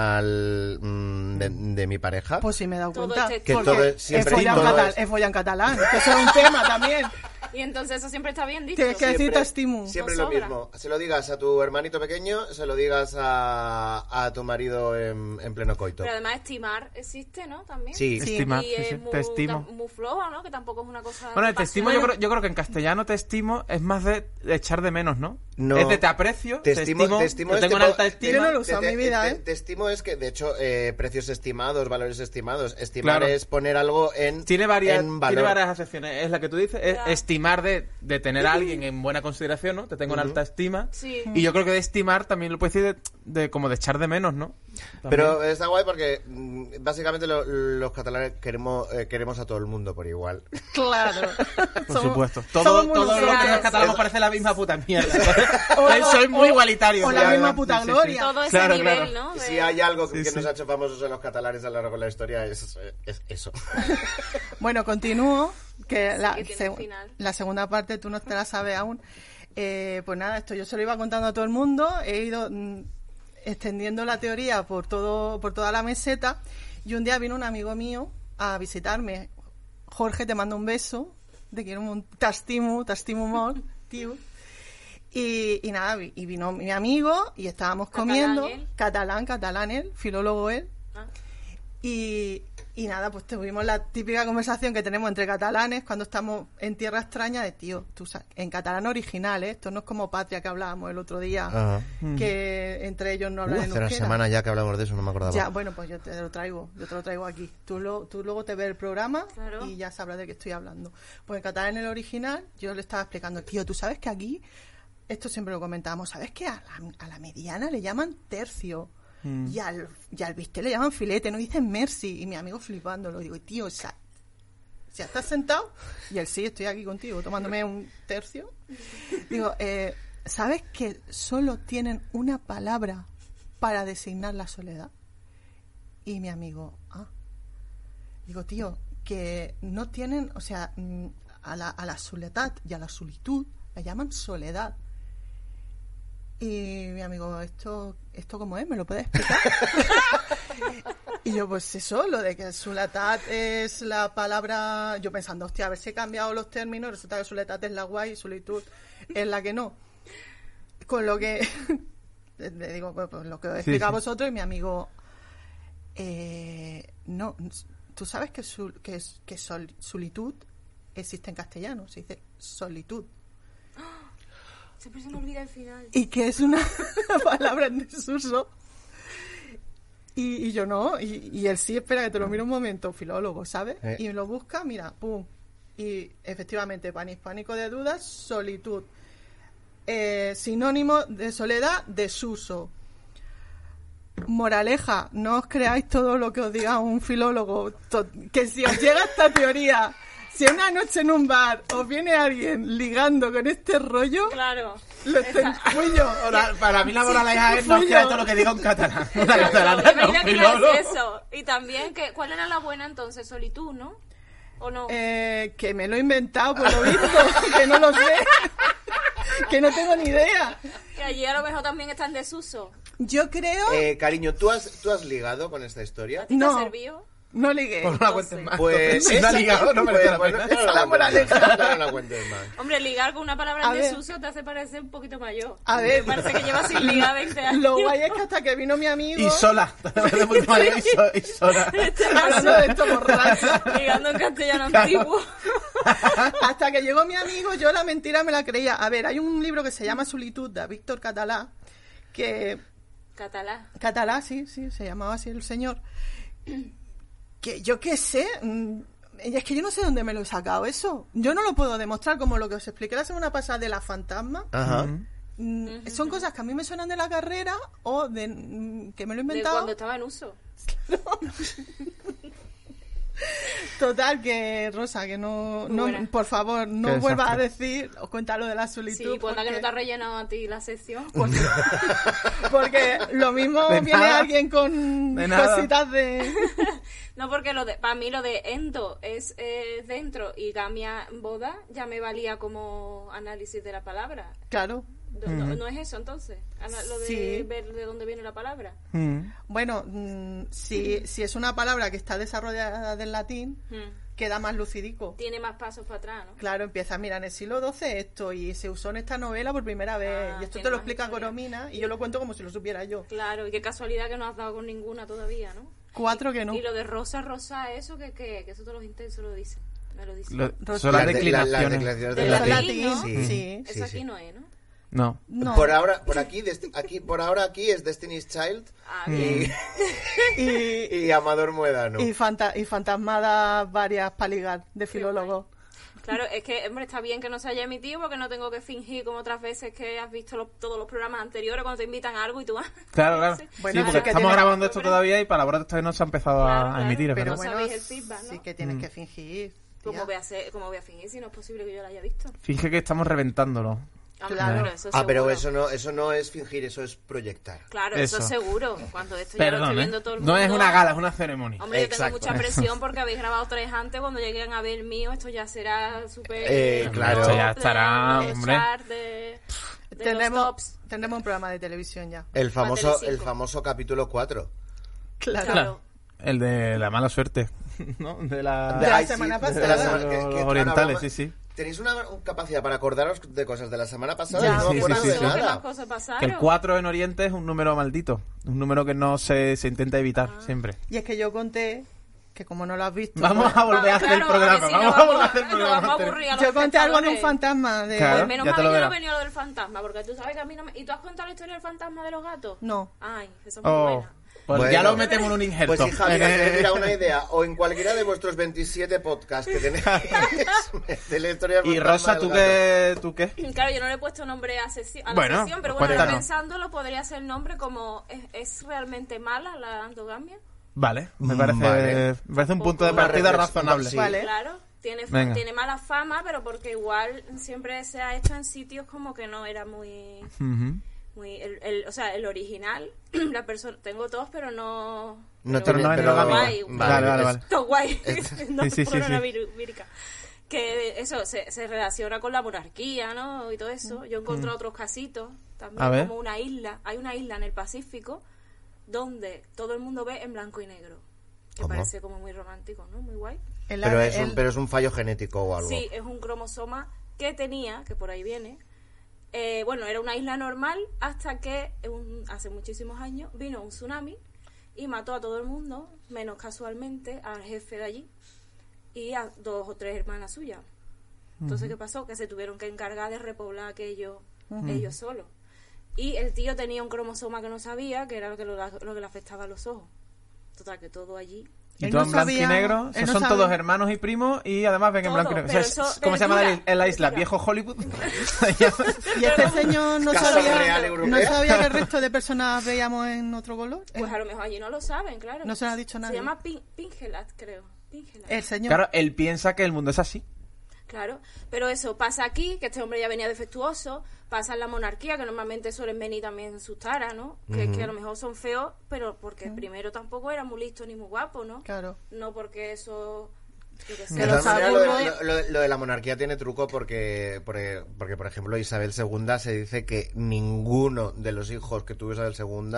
pasional mm, de, de mi pareja?
Pues sí me he dado
Todo
cuenta.
este
Que
porque
todo es- siempre
he follado en
todo
catal-
es-
he follado en catalán. Que eso es un tema también.
Y entonces eso siempre está bien dicho.
Tienes que decir te estimo.
siempre lo
Nos sobra.
mismo. Se lo digas a tu hermanito pequeño, se lo digas a, a tu marido en, en pleno coito.
Pero además estimar existe, ¿no? También.
Sí,
Sí.
Estimar,
y
sí,
es
sí.
muy,
Te estimo.
tam- muy floja, ¿no? Que tampoco es una cosa...
Bueno, el te estimo, yo
pasional.
creo, yo creo que en castellano te estimo es más de echar de menos, ¿no?
No.
Es de te aprecio,
Te estimo, te estimo
yo
es
tengo
tipo-
una alta
te-
Yo
estima.
no lo uso en
te-
mi vida,
te-
¿eh?
te estimo es que, de hecho, eh, precios estimados, valores estimados. Estimar
Claro.
es poner algo en,
Tiene varias,
en
tiene
valor.
varias acepciones. Es la que tú dices, es estimar de, de tener a alguien en buena consideración, ¿no? Te tengo una alta estima.
Sí.
Y yo creo que de estimar también lo puedes decir de, de como de echar de menos, ¿no?
Pero está guay porque mm, básicamente lo- los catalanes queremos, eh, queremos a todo el mundo por igual.
Claro.
Por supuesto.
somos
Todo,
muy
todo lo que
liberales.
nos catalán parece la misma puta mierda.
O- o-
Soy muy
o-
igualitario.
o
Sí,
la misma
sí,
puta
sí, sí.
gloria.
Todo ese
Claro,
nivel,
claro.
¿no? De-
Si hay algo que
Sí, sí.
nos ha hecho famosos a los catalanes a lo largo de la historia, es, eh, es eso.
Bueno, continúo. Que la,
que tiene
seg-
final.
la segunda parte tú no te la sabes aún. Eh, pues nada, esto yo se lo iba contando a todo el mundo. He ido mm, extendiendo la teoría por, todo, por toda la meseta. Y un día vino un amigo mío a visitarme. Jorge, te mando un beso. Te quiero un tastimu, tastimu mol, tío. Y, y nada, vi- y vino mi amigo y estábamos
Catalán
comiendo.
él.
Catalán, catalán él, filólogo él.
Ah.
Y, y nada, pues tuvimos la típica conversación que tenemos entre catalanes cuando estamos en tierra extraña de tío, tú sabes, en catalán original, ¿eh? esto no es como patria que hablábamos el otro día,
Ajá.
que entre ellos no hablan en
Ah. hace una
euskera.
semana ya que hablamos de eso, no me acordaba.
Ya, bueno, pues yo te lo traigo, yo te lo traigo aquí. Tú, lo, tú luego te ves el programa
Claro.
y ya sabrás de qué estoy hablando. Pues en catalán el original, yo le estaba explicando, tío, tú sabes que aquí, esto siempre lo comentábamos, ¿sabes que a la, a la mediana le llaman tercio?
Mm.
Y, al, y al bistec le llaman filete, no dicen merci. Y mi amigo flipándolo, digo, tío, o sea, ya estás sentado y él sí, estoy aquí contigo tomándome un tercio. Digo, eh, ¿sabes que solo tienen una palabra para designar la soledad? Y mi amigo, ah. Digo, tío, que no tienen, o sea, mm, a la, a la soledad y a la solitud la llaman soledad. Y mi amigo, ¿esto, esto cómo es? ¿Me lo puedes explicar? y yo, pues eso, lo de que soledad es la palabra... Yo pensando, hostia, a ver si he cambiado los términos, resulta que soledad es la guay y solitud es la que no. Con lo que... le digo, pues, pues, lo que os explica
sí.
vosotros y mi amigo... eh, no, tú sabes que, su, que, que sol- solitud existe en castellano, se dice solitud.
Siempre se me olvida el final.
y que es una palabra en desuso. Y, y yo no, y, y él sí, espera que te lo miro un momento, filólogo, ¿sabes?
Eh.
Y lo busca, mira, pum. Y efectivamente, pan hispánico de dudas, solitud. Eh, sinónimo de soledad, desuso. Moraleja, no os creáis todo lo que os diga un filólogo. To- Que si os llega esta teoría, si una noche en un bar os viene alguien ligando con este rollo,
Claro.
lo ten- fui yo.
Ahora, Para mí la moraleja es
fui
no
yo.
queda todo lo que diga un catalán. Una
Claro,
catalana, no,
imagino que
filólogo.
no es eso. Y también, que, ¿cuál era la buena entonces? Solitud, ¿no? ¿O no?
Eh, que me lo he inventado, por lo visto, que no lo sé, que no tengo ni idea.
Que allí a lo mejor también está en desuso.
Yo creo...
Eh, cariño, ¿tú has, ¿tú has ligado con esta historia?
¿A ti
No.
te ha servido?
No ligué.
Por una cuenta más.
Pues
si Ah, no ha
esa-
ligado, no merece
pues,
la pena.
bueno, ya no la cuentes más, ya no la cuentes más.
Hombre, ligar con una palabra
A
en
ver.
desuso te hace parecer un poquito mayor.
A ver.
Me parece que llevas sin ligar 20 años.
Lo guay es que hasta que vino mi amigo...
Y sola. y, so- y sola.
Hablando de esto borracho.
Ligando en castellano antiguo.
Hasta que llegó mi amigo, yo la mentira me la creía. A ver, hay un libro que se llama Solitud, de Víctor Catalá, que
Catalá.
Catalá, sí, sí, se llamaba así el señor. Que yo qué sé, mm, es que yo no sé dónde me lo he sacado eso. Yo no lo puedo demostrar, como lo que os expliqué la semana pasada de la fantasma.
Ajá.
Mm, Son cosas que a mí me suenan de la carrera o de mm, que me lo he
De
inventado.
cuando estaba en uso.
Total, que Rosa, que no, no-
Buena.
por favor,
Qué
no
desastre.
vuelvas a decir o cuéntalo de la
Sí,
solitud.
pues anda que no te has
porque-
rellenado a ti la sección.
porque lo mismo
De
viene
nada.
alguien con
De nada.
cositas de...
No, porque lo de, para mí lo de ento es eh, dentro y gamia boda ya me valía como análisis de la palabra.
Claro.
No, no- no es eso entonces? Ana- Lo de
Sí.
ver de dónde viene la palabra.
Mm.
Bueno, mm, si, si es una palabra que está desarrollada del latín,
Hmm.
queda más lucidico.
Tiene más pasos para atrás, ¿no?
Claro, empiezas, mira, en el siglo XII esto, y se usó en esta novela por primera vez,
Ah,
y esto
tiene
te lo
más
explica
historia.
Coromina, y yo lo cuento como si lo supiera yo.
Claro, y qué casualidad que no has dado con ninguna todavía, ¿no?
Cuatro que no.
Y lo de rosa, rosa, eso que, que, que eso todos los intensos lo dicen. Me lo dicen.
Lo-
Rosa.
son las
Las de- la-
declinaciones.
las declinaciones
Del
del
Eso
latín.
es
latín,
latín,
¿no?
sí.
eso
sí,
aquí
sí.
no es, ¿no?
No.
No.
Por ahora, por aquí, desde- aquí, por ahora aquí es Destiny's Child
Ah,
y,
Y,
y Amador Muedano.
y, fanta- y fantasmadas varias paligas de filólogos.
Claro, es que, hombre, está bien que no se haya emitido porque no tengo que fingir como otras veces que has visto los- todos los programas anteriores cuando te invitan a algo y tú... ah,
Claro, claro. Sí,
Bueno,
porque
sí que
estamos
tiene-
grabando esto todavía y palabras todavía no se ha empezado a-
Claro,
a,
claro,
emitir, es
pero
¿verdad? Mm.
bueno. sabéis el feedback, ¿no?
sí que tienes que fingir.
Pues, ¿Cómo
tía.
voy, a hacer, ¿Cómo voy a fingir si no es posible que yo lo haya visto?
Finge que estamos reventándolo.
Ah,
Claro.
bueno, eso
ah, pero
seguro.
eso no, eso no es fingir, eso es proyectar.
Claro, eso,
Eso.
seguro. Cuando esto ya lo estoy
Perdón, ¿eh?
viendo todo el mundo...
No es una gala, es una ceremonia.
Hombre, yo tengo
Exacto.
mucha presión porque habéis grabado tres antes. Cuando lleguen a ver el mío, esto ya será súper...
Eh, claro.
Esto ya estará,
de- de
hombre.
chart, De, de los tops.
Tendremos, tendremos un programa de televisión ya.
El famoso,
Telecinco.
el famoso capítulo 4.
Claro.
Claro.
El de la mala suerte, ¿no? De la...
De la semana pasada.
Los orientales, sí, sí.
Tenéis una capacidad para acordaros de cosas de la semana pasada
Ya,
y no
sí,
me
sí,
acuerdo
sí,
de
sí.
¿Qué pues, más
nada.
cosas pasaron?
Que el 4 en Oriente es un número maldito. Un número que no se, se intenta evitar
Ah,
siempre.
pues
Y es que yo conté que como no lo has visto... pues,
Vamos a volver a hacer el
Claro, a ver
programa.
si no
Vamos a volver a hacer el
no
programa.
vamos a aburrir a los
Yo conté algo de un
espectadores.
fantasma de...
Claro.
Menos
ya te
mal
lo
que yo no
verás.
venía lo del fantasma, porque tú sabes que a mí no me... ¿Y tú has contado la historia del fantasma de los gatos?
No.
Ay, eso es muy
Oh,
buena.
pues
Bueno.
ya lo metemos en un injerto.
Pues hija, mira, te- mira, una idea. O en cualquiera de vuestros 27 podcasts que tenéis. de la historia del
y Rosa,
fantasma del
¿tú
gato.
qué, ¿tú qué?
Claro, yo no le he puesto nombre a, sesi- a la
Bueno,
sesión, pero
pues
bueno, ahora
cuéntanos.
pensándolo podría ser nombre como ¿es, es realmente mala la andogamia?
Vale, me
Mm,
parece,
vale.
me parece un punto de
Una
partida
reflexión,
razonable.
sí.
Vale.
Claro, tiene,
Venga.
tiene mala fama, pero porque igual siempre se ha hecho en sitios como que no era muy...
Ujú.
muy el, el- o sea, el original, la persona... Tengo todos, pero no...
No
Pero no es
pero-
endogámica.
guay,
Vale, vale, vale.
Esto guay. no
Sí, sí, sí, sí.
coronavírica. Que eso se, se relaciona con la monarquía, ¿no? Y todo eso. Yo encontré otros casitos, también
Mm. A ver.
como una isla. Hay una isla en el Pacífico donde todo el mundo ve en blanco y negro. Que
¿Cómo?
parece como muy romántico, ¿no? Muy guay.
El-
Pero es,
el-
un, pero es un fallo genético o algo.
Sí, es un cromosoma que tenía, que por ahí viene. eh, bueno, era una isla normal hasta que un- hace muchísimos años vino un tsunami y mató a todo el mundo, menos casualmente al jefe de allí y a dos o tres hermanas suyas. Entonces, ¿qué pasó? Que se tuvieron que encargar de repoblar aquello ellos solos. Y el tío tenía un cromosoma que no sabía, que era lo que, lo, lo que le afectaba a los ojos. Total, que todo allí
Y
Él
todo
no
en blanco y
sabía-
negro.
él
O sea,
no
son
sabía.
todos hermanos y primos y además ven en
Todo,
blanco y negro. O sea,
pero eso-
¿Cómo se llama la,
verdura,
isla- la isla?
verdura.
¿Viejo Hollywood? Se llama-
Y este señor no
Casa
sabía,
Real Europea.
no sabía que el resto de personas veíamos en otro color.
Pues a
El-
lo mejor allí no lo saben, claro.
Eh. No se lo ha dicho nadie. Eh.
Se llama Pin- Pingelat, creo. Pingelat.
El señor.
claro, él piensa que el mundo es así.
Claro. Pero eso pasa aquí, que este hombre ya venía defectuoso. Pasa en la monarquía, que normalmente suelen venir también en sus taras, ¿no? Que, que a lo mejor son feos, pero porque primero tampoco era muy listo ni muy guapo, ¿no?
Claro.
No porque eso. yo qué sé.
De
Pero
todas maneras, lo,
Saturno-
de, lo- lo- lo de la monarquía tiene truco porque, porque, porque, por ejemplo, Isabel II se dice que ninguno de los hijos que tuvo Isabel II,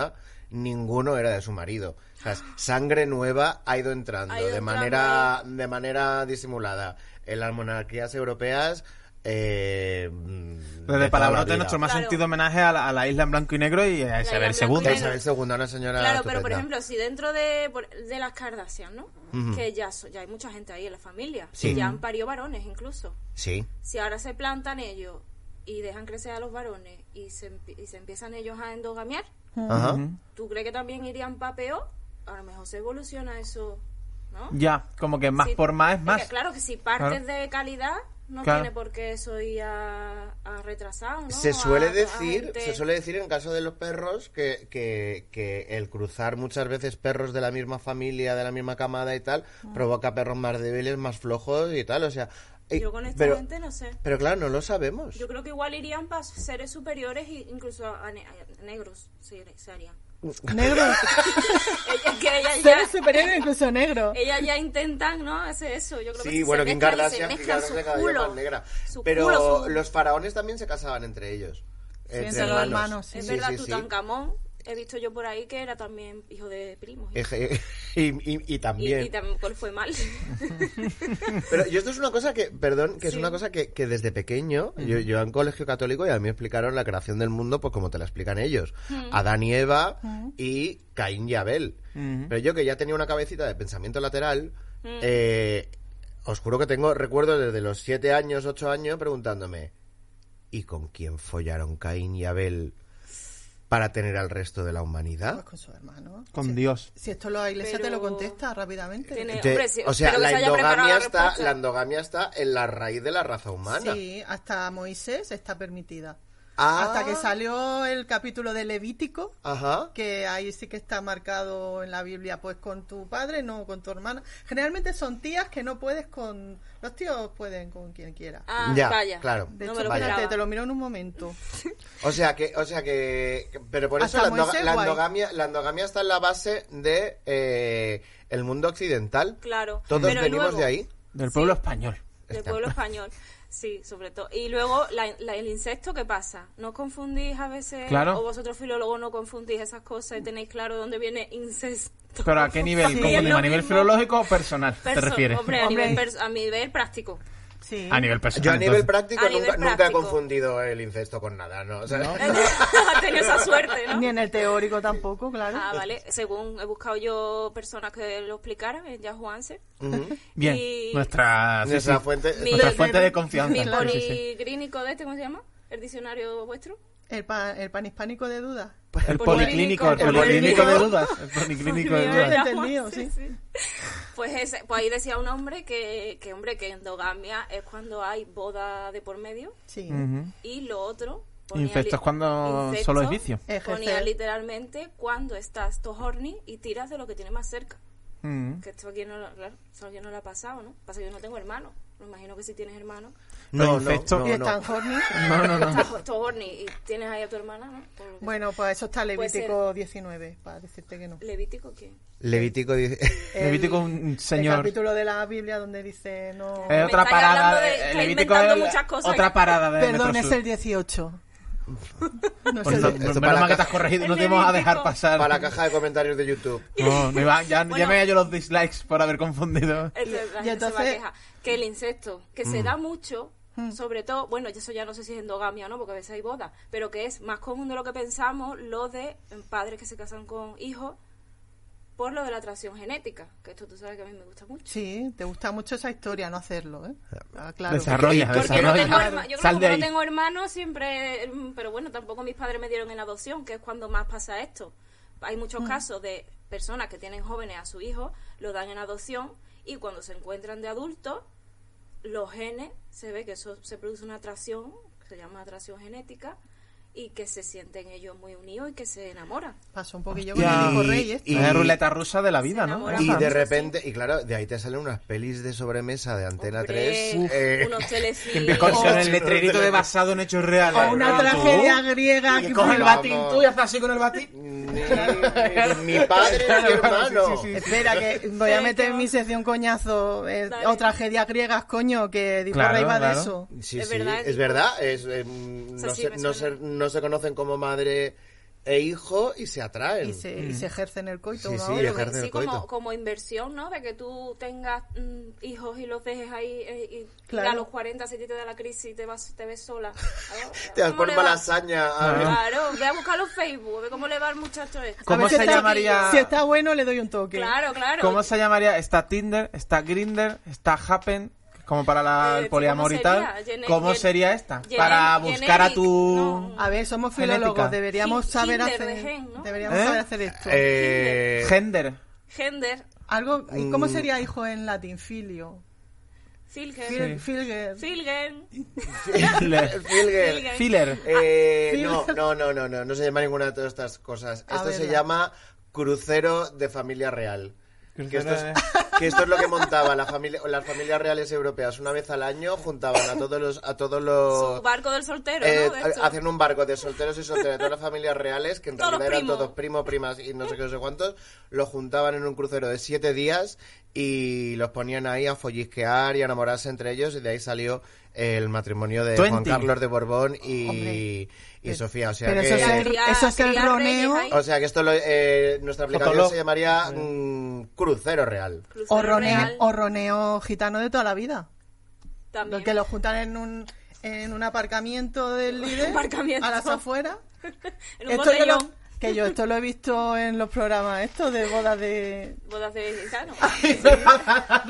ninguno era de su marido. O sea, sangre nueva ha ido entrando,
Ha ido
de,
entrando
manera, de manera disimulada. En las monarquías europeas... Eh, mm,
Desde
de
de
toda la
palabrote,
vida.
nuestro más
Claro.
sentido homenaje a la, a la isla en blanco y negro y a
isla en
Isabel
blanco y
II.
negro.
Isabel II, una señora
Claro, pero por
estupenda.
ejemplo, si dentro de, por- de las Kardashian, ¿no? Que ya, so- ya hay mucha gente ahí en la familia.
Sí.
Ya han parido varones incluso.
Sí.
si ahora se plantan ellos y dejan crecer a los varones y se, empie- y se empiezan ellos a endogamiar,
Ajá.
¿tú crees que también irían pa' peor? A lo mejor se evoluciona eso, ¿no?
Ya, como que más
Si-
por más es
porque
más.
claro que si partes de calidad, No
Claro.
tiene por qué eso ir a, a retrasado, ¿no?
Se
A-
suele
a
decir,
gente-
se suele decir en caso de los perros que, que- que el cruzar muchas veces perros de la misma familia, de la misma camada y tal,
Mm.
provoca perros más débiles, más flojos y tal. O sea, y-
Yo con esta
pero,
gente no sé.
pero claro, no lo sabemos.
Yo creo que igual irían para seres superiores e incluso a, ne- a negros se, se harían.
Negro.
Ella, que ella
Seres
ya,
superiores incluso negro.
ella ya intentan, ¿no? Hacer eso. Yo creo que
Sí,
se
bueno, Kim
mezclan y se
Kardashian, Kim
mezclan
Kardashian
su
cada día
culo,
más negra.
su
Pero
culo, su-
los faraones también se casaban entre ellos.
entre los hermanos, sí.
Es
Sí,
verdad,
sí, sí.
Tutankamón, he visto yo por ahí que era también hijo de primos. Y,
Eje- Y, y- y
y,
también.
y también cuál fue mal.
Pero yo esto es una cosa que, perdón, que es una cosa que, que desde pequeño, yo, yo en colegio católico y a mí me explicaron la creación del mundo pues como te la explican ellos. Adán y Eva y Caín y Abel. Pero yo que ya tenía una cabecita de pensamiento lateral, eh, os juro que tengo recuerdos desde los siete años, ocho años preguntándome, ¿y con quién follaron Caín y Abel para tener al resto de la
Pues
humanidad?
con su hermano.
Con Dios.
Si esto la iglesia te lo
Pero-
contesta rápidamente.
Tiene-
Entonces,
Eh, hombre, sí,
o sea,
espero que
la
se haya preparado
endogamia,
la
está,
respuesta.
la endogamia está en la raíz de la raza humana.
Sí, hasta Moisés está permitida.
Ah.
Hasta que salió el capítulo de Levítico,
Ajá.
que ahí sí que está marcado en la Biblia, pues con tu padre, no con tu hermana. Generalmente son tías que no puedes con... Los tíos pueden con quien quiera.
Ah,
Ya,
vaya.
claro.
De
no
hecho,
me lo
vaya.
espérate,
esperaba.
te lo miro en un momento.
O sea que, o sea que, que- pero por eso
Hasta
la, endoga-
Moisés
la
guay.
endogamia, la endogamia está en la base de eh, el mundo occidental.
Claro.
Todos
Pero
venimos
luego-
de ahí.
Del pueblo español.
Del
Está.
pueblo español, sí, sobre todo. Y luego la- la- el insecto, ¿qué pasa? ¿No confundís a veces,
Claro.
o vosotros filólogos no confundís esas cosas y tenéis claro dónde viene incesto?
¿Pero a qué nivel?
Sí, es
¿Confundimos
lo
a nivel
mismo.
filológico o personal te
Perso-
refieres?
Hombre, a,
Hombre.
Nivel pers- a nivel práctico.
Sí.
A nivel personal.
Yo a nivel
entonces.
práctico,
A
nunca,
nivel
nunca he
práctico.
confundido el incesto con nada, ¿no? O sea,
Ha tenido esa suerte,
Ni
¿no?
en el teórico tampoco, claro.
Ah, vale. Según he buscado yo personas que lo explicaran en Yahoo Answer.
Bien,
Y-
nuestra, sí,
Nuestra
sí.
fuente-
Mi-
Nuestra fuente de confianza.
Mi
sí, sí, sí.
poligrínico de este, ¿cómo se llama? ¿El diccionario vuestro?
El, pan, el pan hispánico de duda.
El
policlínico.
policlínico, el
El
policlínico de
policlínico.
dudas. El policlínico de
Muy
dudas.
bien. entendido, sí.
Pues, ese- pues ahí decía un hombre que, que, hombre, que endogamia es cuando hay boda de por medio
Sí.
y lo otro...
Infecto es cuando
infecto
solo es vicio.
Ejercer.
Ponía literalmente cuando estás to horny y tiras de lo que tienes más cerca.
Mm.
Que esto aquí no lo, claro, esto aquí no lo ha pasado, ¿no? Pasa que yo no tengo hermano. Me imagino que si tienes hermano,
No,
Los
no,
infectos-
no,
y
no.
están horny.
No, no, no.
estás to horny y tienes ahí a tu hermana, ¿no? Por lo que-
Bueno, pues eso está
Puede ser.
Levítico 19, para decirte que no.
Levítico, ¿qué?
Levítico dice...
El-
Levítico, un señor. eh,
El capítulo de la Biblia donde dice no.
Es
Me
otra
estáis hablando
parada.
de-
eh,
estáis
Levítico
inventando
es
muchas cosas.
otra parada de
Perdón,
Metrosur.
es el 18. No es
Pues no,
el de-
Esto para
menos
la
mal que te
caja-
has corregido,
el
no te íbamos a
Levítico.
dejar pasar.
Para la caja de comentarios de YouTube.
No, no iba- ya, ya
Bueno. Eh,
me veía yo los dislikes por haber confundido.
Entonces, la
Y
gente se va a
entonces- Mm.
quejar. que el insecto, que
Mm.
se da mucho, sobre todo, bueno, eso ya no sé si es endogamia o no, porque a veces hay bodas, pero que es más común de lo que pensamos lo de padres que se casan con hijos por lo de la atracción genética, que esto tú sabes que a mí me gusta mucho.
Sí, te gusta mucho esa historia, no hacerlo, ¿eh? Ah, claro.
Desarrolla,
Porque no
desarrolla.
tengo herma- yo creo
Sal de
que como
ahí.
no tengo hermanos siempre, mm, pero bueno, tampoco mis padres me dieron en adopción, que es cuando más pasa esto. Hay muchos casos de personas que tienen jóvenes a su hijo, lo dan en adopción y cuando se encuentran de adultos, los genes, se ve que eso se produce una atracción, que se llama atracción genética, y que se sienten ellos muy unidos y que se enamoran.
Pasó un poquillo con
Hostia.
el hijo rey, este.
Y-
Es ruleta rusa de la vida,
Se
¿no?
enamora.
Y
Ajá.
de repente, y claro, de ahí te salen unas pelis de sobremesa de Antena
Hombre,
3.
uf,
eh,
unos
Empieza con
telefilms.
con el letrerito de basado en hechos reales.
O una
Tú,
tragedia griega
Y
que
coge el
Vamos.
batín, tú y haces así con el batín.
ni- ni mi padre ni mi hermano.
Sí, sí, sí.
Espera, que voy a
Sí,
meter
que-
en mi sección coñazo eh,
Dale.
o tragedias griegas, coño, que dijo
Claro,
rey va
claro.
de eso.
Sí,
Es
sí,
verdad,
es
tipo-
verdad. es, eh, mm,
sea,
no,
sí
se,
me
no
suena.
se- no se conocen como madre e hijo y se atraen.
Y se,
Mm.
y se ejerce en el coito.
Sí,
uno
sí,
a
es
otro.
ejerce en el
Sí, como,
coito.
como inversión, ¿no? De que tú tengas mm, hijos y los dejes ahí eh, y
Claro.
a los 40 si te da la crisis y te, vas, te ves sola. Ah,
Te das
¿cómo
por
le va?
malasaña. a ver.
Ah.
Claro, ve a buscarlo en Facebook, ve cómo le va al muchacho este.
A
¿Cómo
ver si
se
está-
llamaría-
Si está bueno, le doy un toque.
Claro, claro.
¿Cómo se llamaría? Está Tinder, está Grinder, está Happen, que es como para la-
Eh,
el poliamor
¿cómo
y tal.
sería? Gene-
¿Cómo
gen-
sería esta?
gene-
para buscar a
generic,
tu...
A ver, somos
Genética.
filólogos, deberíamos
Kin-
saber
kinder de
hacer,
gen, ¿no?
deberíamos
¿Eh?
saber hacer esto.
Eh,
Gender.
Gender.
mm.
Algo, ¿y cómo sería hijo en latín? Filio.
Filgen.
Fil- Filger.
Filgen.
Filler.
Filger.
Filler.
Eh,
Fil-
no, no, no, no, no, no se llama ninguna de todas estas cosas.
A
Esto se
verla.
llama crucero de familia real. Que esto,
eh.
Crucero
es, que esto es lo que montaba la familia, las familias reales europeas una vez al año juntaban a todos los a todos los
Su barco del soltero,
eh,
¿no? De esto.
ha- hacían un barco de solteros y solteras de todas las familias reales, que en
Todos
realidad eran
primos.
todos primos, primas y no sé qué, no sé cuántos, los juntaban en un crucero de siete días y los ponían ahí a follisquear y a enamorarse entre ellos y de ahí salió el matrimonio de Juan
Twenty.
Carlos de Borbón y,
Hombre.
y Sofía. O sea
Pero
que...
eso es el,
Cría-
eso es el
cría
roneo
reyes ahí.
O sea que esto lo- eh, nuestra aplicación
Fotolog.
se llamaría mm, Crucero Real.
Crucero
o roneo,
Real,
o roneo gitano de toda la vida.
también.
Los que lo juntan en un, en un aparcamiento del líder
Aparcamiento.
a las afueras.
en un
Esto yo lo-
botellón.
que yo esto lo he visto en los programas estos de bodas de...
Bodas de gitano.
Ah,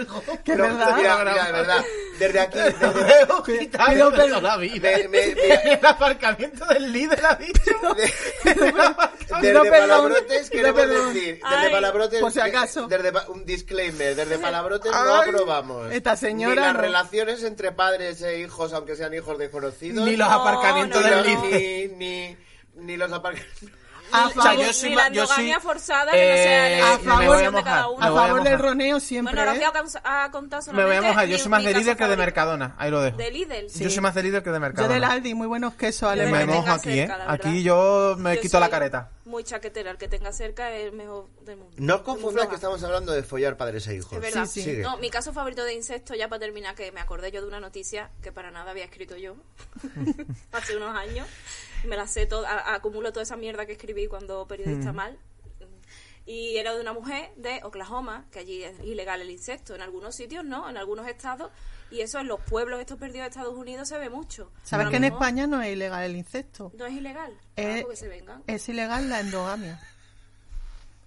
Que es
No,
verdad.
Mira, mira, de verdad. Desde aquí, desde-
Pido perdón. La vida.
me- me- me-
El aparcamiento del líder ha dicho. Ah,
Desde
Pido perdón,
palabrotes
pido
queremos
perdón.
decir, desde
Ay,
palabrotes,
por si acaso.
desde pa- un disclaimer, desde palabrotes no
Ay,
aprobamos.
esta señora
Ni las
no.
relaciones entre padres e hijos, aunque sean hijos desconocidos.
Ni los
No,
aparcamientos
no,
del
no.
líder.
ni, ni, ni los aparcamientos.
A
Ni-
O sea,
favor,
yo soy
ni
ma-
la
yo soy,
endogamia forzada que no sea
eh,
la
a favor-
decisión
me voy
de
a
cada
mojar,
uno.
a
me voy a
favor del
mojar.
roneo siempre.
Bueno, ahora os
¿eh?
voy a cons- a contar
Me voy
solamente
a mojar. Yo
mi-
soy más
mi
de líder
caso
que de
favorito.
Mercadona. Ahí lo dejo.
De Lidl.
Yo soy más de líder que de
Yo
Mercadona.
del Aldi, muy buenos quesos
Yo del
me
Aldi.
alemanes.
mojo aquí,
cerca,
¿eh?
la verdad.
Aquí yo me
Yo
quito la
soy
careta. Ah,
Muy chaquetera, el que tenga cerca es el mejor del mundo.
No os
Muy
confundáis
floja.
que estamos hablando de follar padres e hijos.
Es verdad.
Sí,
sí.
No, mi caso favorito de insecto, ya para terminar, que me acordé yo de una noticia que para nada había escrito yo hace unos años. Me la sé toda, a- acumulo toda esa mierda que escribí cuando
Mm.
periodista mal. Y era de una mujer de Oklahoma, que allí es ilegal el insecto, en algunos sitios no, en algunos estados. Y eso en los pueblos estos perdidos de Estados Unidos se ve mucho. A
¿Sabes
lo
que en
mejor
España no es ilegal el incesto?
No es ilegal.
Eh,
Ah, porque se vengan.
Es ilegal la endogamia.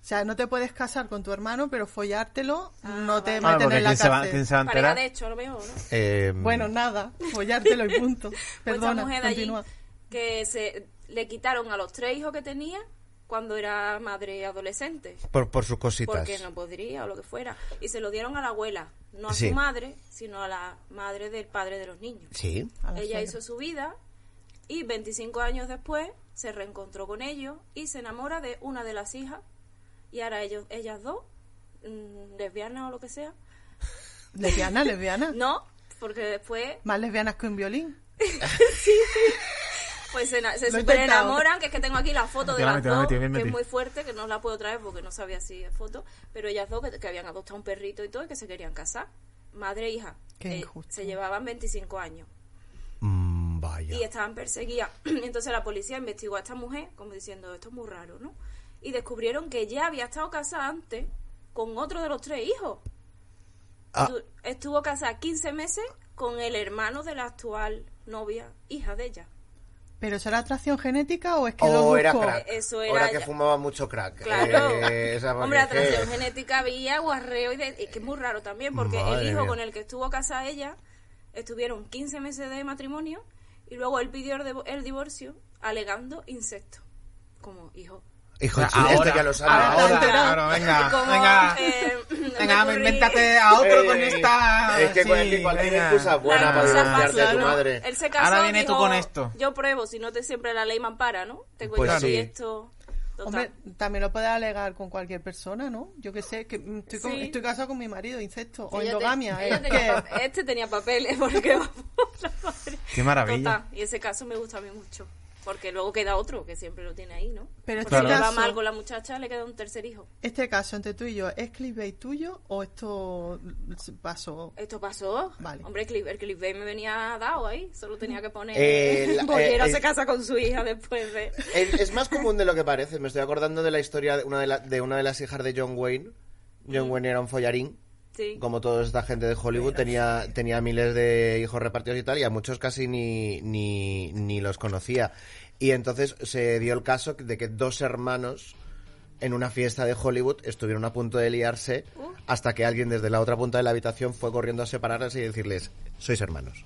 O sea, no te puedes casar con tu hermano, pero follártelo no te
Ah,
meten
porque
en la
quién se, va,
cárcel.
quién se va Mm. a
Pareja
enterar.
de hecho, a lo mejor, ¿no?
Eh,
Bueno, nada, follártelo y punto.
Pues esta
Perdona,
mujer de allí
continúa.
que se le quitaron a los tres hijos que tenía cuando era madre adolescente
Por, por sus cositas.
porque no podría o lo que fuera y se lo dieron a la abuela no a
Sí.
su madre sino a la madre del padre de los niños
Sí.
A la
ella
suegra.
hizo su vida y 25 años después se reencontró con ellos y se enamora de una de las hijas y ahora ellos ellas dos mm, lesbianas o lo que sea
Lesbiana, lesbiana.
no porque después
Más lesbianas que un violín.
Pues se, na- se
Lo he
super
intentado.
enamoran, que es que tengo aquí la foto de
Te la
las
metí, te la
dos,
metí, bien
que es
metí.
muy fuerte, que no la puedo traer porque no sabía si es foto, pero ellas dos que, que habían adoptado un perrito y todo, y que se querían casar, madre e hija.
Qué injusto.
Se llevaban 25 años
Mm, vaya.
y estaban perseguidas. Entonces la policía investigó a esta mujer, como diciendo, esto es muy raro, ¿no? Y descubrieron que ya había estado casada antes con otro de los tres hijos.
Ah.
Du- Estuvo casada 15 meses con el hermano de la actual novia, hija de ella.
¿Pero eso era atracción genética o es que lo
O
busco?
era crack.
Eso
o
era
que
ya.
fumaba mucho crack.
Claro.
Eh, esa
Hombre,
mujer que-
atracción genética había, guarreo y de- es que es muy raro también, porque
Madre
el hijo
mía.
con el que estuvo casada ella estuvieron 15 meses de matrimonio y luego él pidió el, devo- el divorcio alegando insecto. Como hijo.
Ah,
Hijo,
Ahora,
este ya lo sabe.
Ahora,
Ahora,
claro, venga,
Como,
venga.
eh,
venga,
recurrí-
invéntate a otro
Ey,
con
ey,
esta.
Es que con
sí,
el tipo cualquier
venga.
excusa es buena
la
para
cosa
divorciarte de
fácil,
tu
¿no?
madre.
Él se casó
Ahora
y
viene tú
dijo,
con esto.
Yo pruebo, si no te siempre la ley me ampara, ¿no? Tengo
Pues
yo aquí
sí.
esto. Total.
Hombre, también lo puedes alegar con cualquier persona, ¿no? Yo que sé, que mm, estoy, con-
Sí.
estoy casada con mi marido, incesto, o
Ella te-
endogamia.
ella
es
tenía
que-
pa- Este tenía papeles, porque vamos, la madre.
Qué maravilla.
Total, y ese caso me gusta a mí mucho. Porque luego queda otro que siempre lo tiene ahí, ¿no?
Pero
Porque
este
le va
caso-
mal con la muchacha, le queda un tercer hijo.
Este caso entre tú y yo, ¿es clickbait tuyo o esto pasó?
Esto pasó.
Vale.
Hombre, el clip, el clip me venía dado ahí. Solo tenía que poner.
Eh, la- eh,
Bollero
eh.
se casa con su hija después de.
Es, es más común de lo que parece. Me estoy acordando de la historia de una de, la- de una de las hijas de John Wayne. John Wayne era un follarín.
Sí.
Como toda esta gente de Hollywood, tenía, tenía miles de hijos repartidos y tal, y a muchos casi ni, ni, ni los conocía. Y entonces se dio el caso de que dos hermanos en una fiesta de Hollywood estuvieron a punto de liarse hasta que alguien desde la otra punta de la habitación fue corriendo a separarles y decirles, sois hermanos.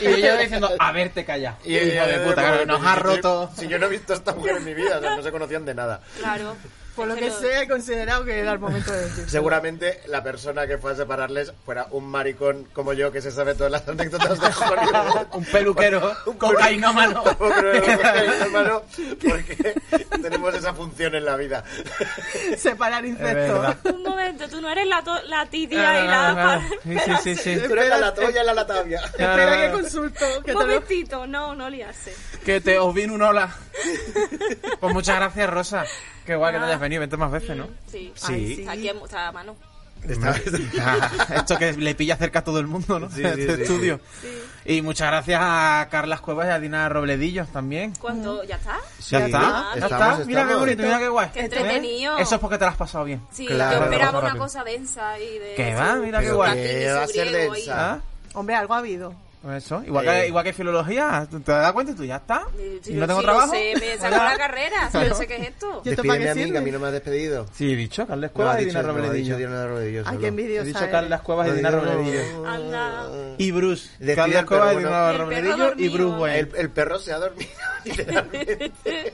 Y ella diciendo, a ver, te calla.
Y
Hijo de puta, claro, nos ha roto.
Si yo no he visto a esta mujer en mi vida, o sea, no se conocían de nada.
Claro.
Por Pues lo
Es
que
lo-
sea, he considerado que era el momento de decir.
Seguramente la persona que fue a separarles fuera un maricón como yo que se sabe todas las anécdotas de Hollywood.
Un peluquero, un cocainómano.
Como creo que es, hermano, porque tenemos esa función en la vida.
Separar
Es
insectos.
verdad.
Un momento, tú no eres la, to- la titi
Claro,
y la...
claro. Sí, sí, sí, sí.
Tú eres la latoya y la latavia.
Espera que consulto. Que
Un
te lo...
momentito, no, no liarse.
Que te os vino un hola. Pues muchas gracias, Rosa. Qué guay que te hayas venido. Vente más veces, ¿no?
Sí.
Sí.
Ay, Está aquí, está a mano.
Esto que le pilla cerca a todo el mundo, ¿no?
Sí, sí,
este
sí,
estudio. Y muchas gracias a Carlas Cuevas y a Dina Robledillos también.
¿Cuánto? ¿Ya está?
Sí,
Ya está, ya
estamos,
está. Mira qué
estamos.
bonito, mira qué guay.
Qué entretenido.
¿Eh? Eso es porque te lo has pasado bien.
Sí,
Claro,
yo
vamos
esperaba una
rápido.
cosa densa y de...
Que
sí,
va, mira
un
qué guay.
latín y
Que
su
va a ser
griego y-
densa.
¿Ah?
Hombre, algo ha habido.
Eso, igual que,
Eh.
igual que filología, ¿te te das cuenta y tú ya está?
Sí, sí,
¿Y no tengo
sí, lo
trabajo?
sé, me sacó
Hola.
la carrera, sí, yo sé qué es esto.
¿Y esto
Despídeme,
para qué
amiga,
sirve?
a mí no me has despedido.
Sí, he dicho Carlas
No, ha
Cuevas y
dicho-
Dina
no, ha dicho
Robledillo.
Dina Robledillo
Ay,
solo.
qué
He
envidiosa.
dicho
eres.
Carlas Cuevas y
No,
Dina
no, no.
Robledillo.
Anda.
Y Bruce.
Decide
Carlas
el
Cuevas y
perro,
Dina
bueno. El
Robledillo
perro
y Bruce
dormido.
Wayne.
El, el perro se ha dormido, literalmente,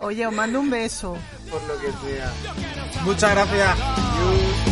Oye, os mando un beso.
por lo que sea.
Muchas gracias.
Adiós.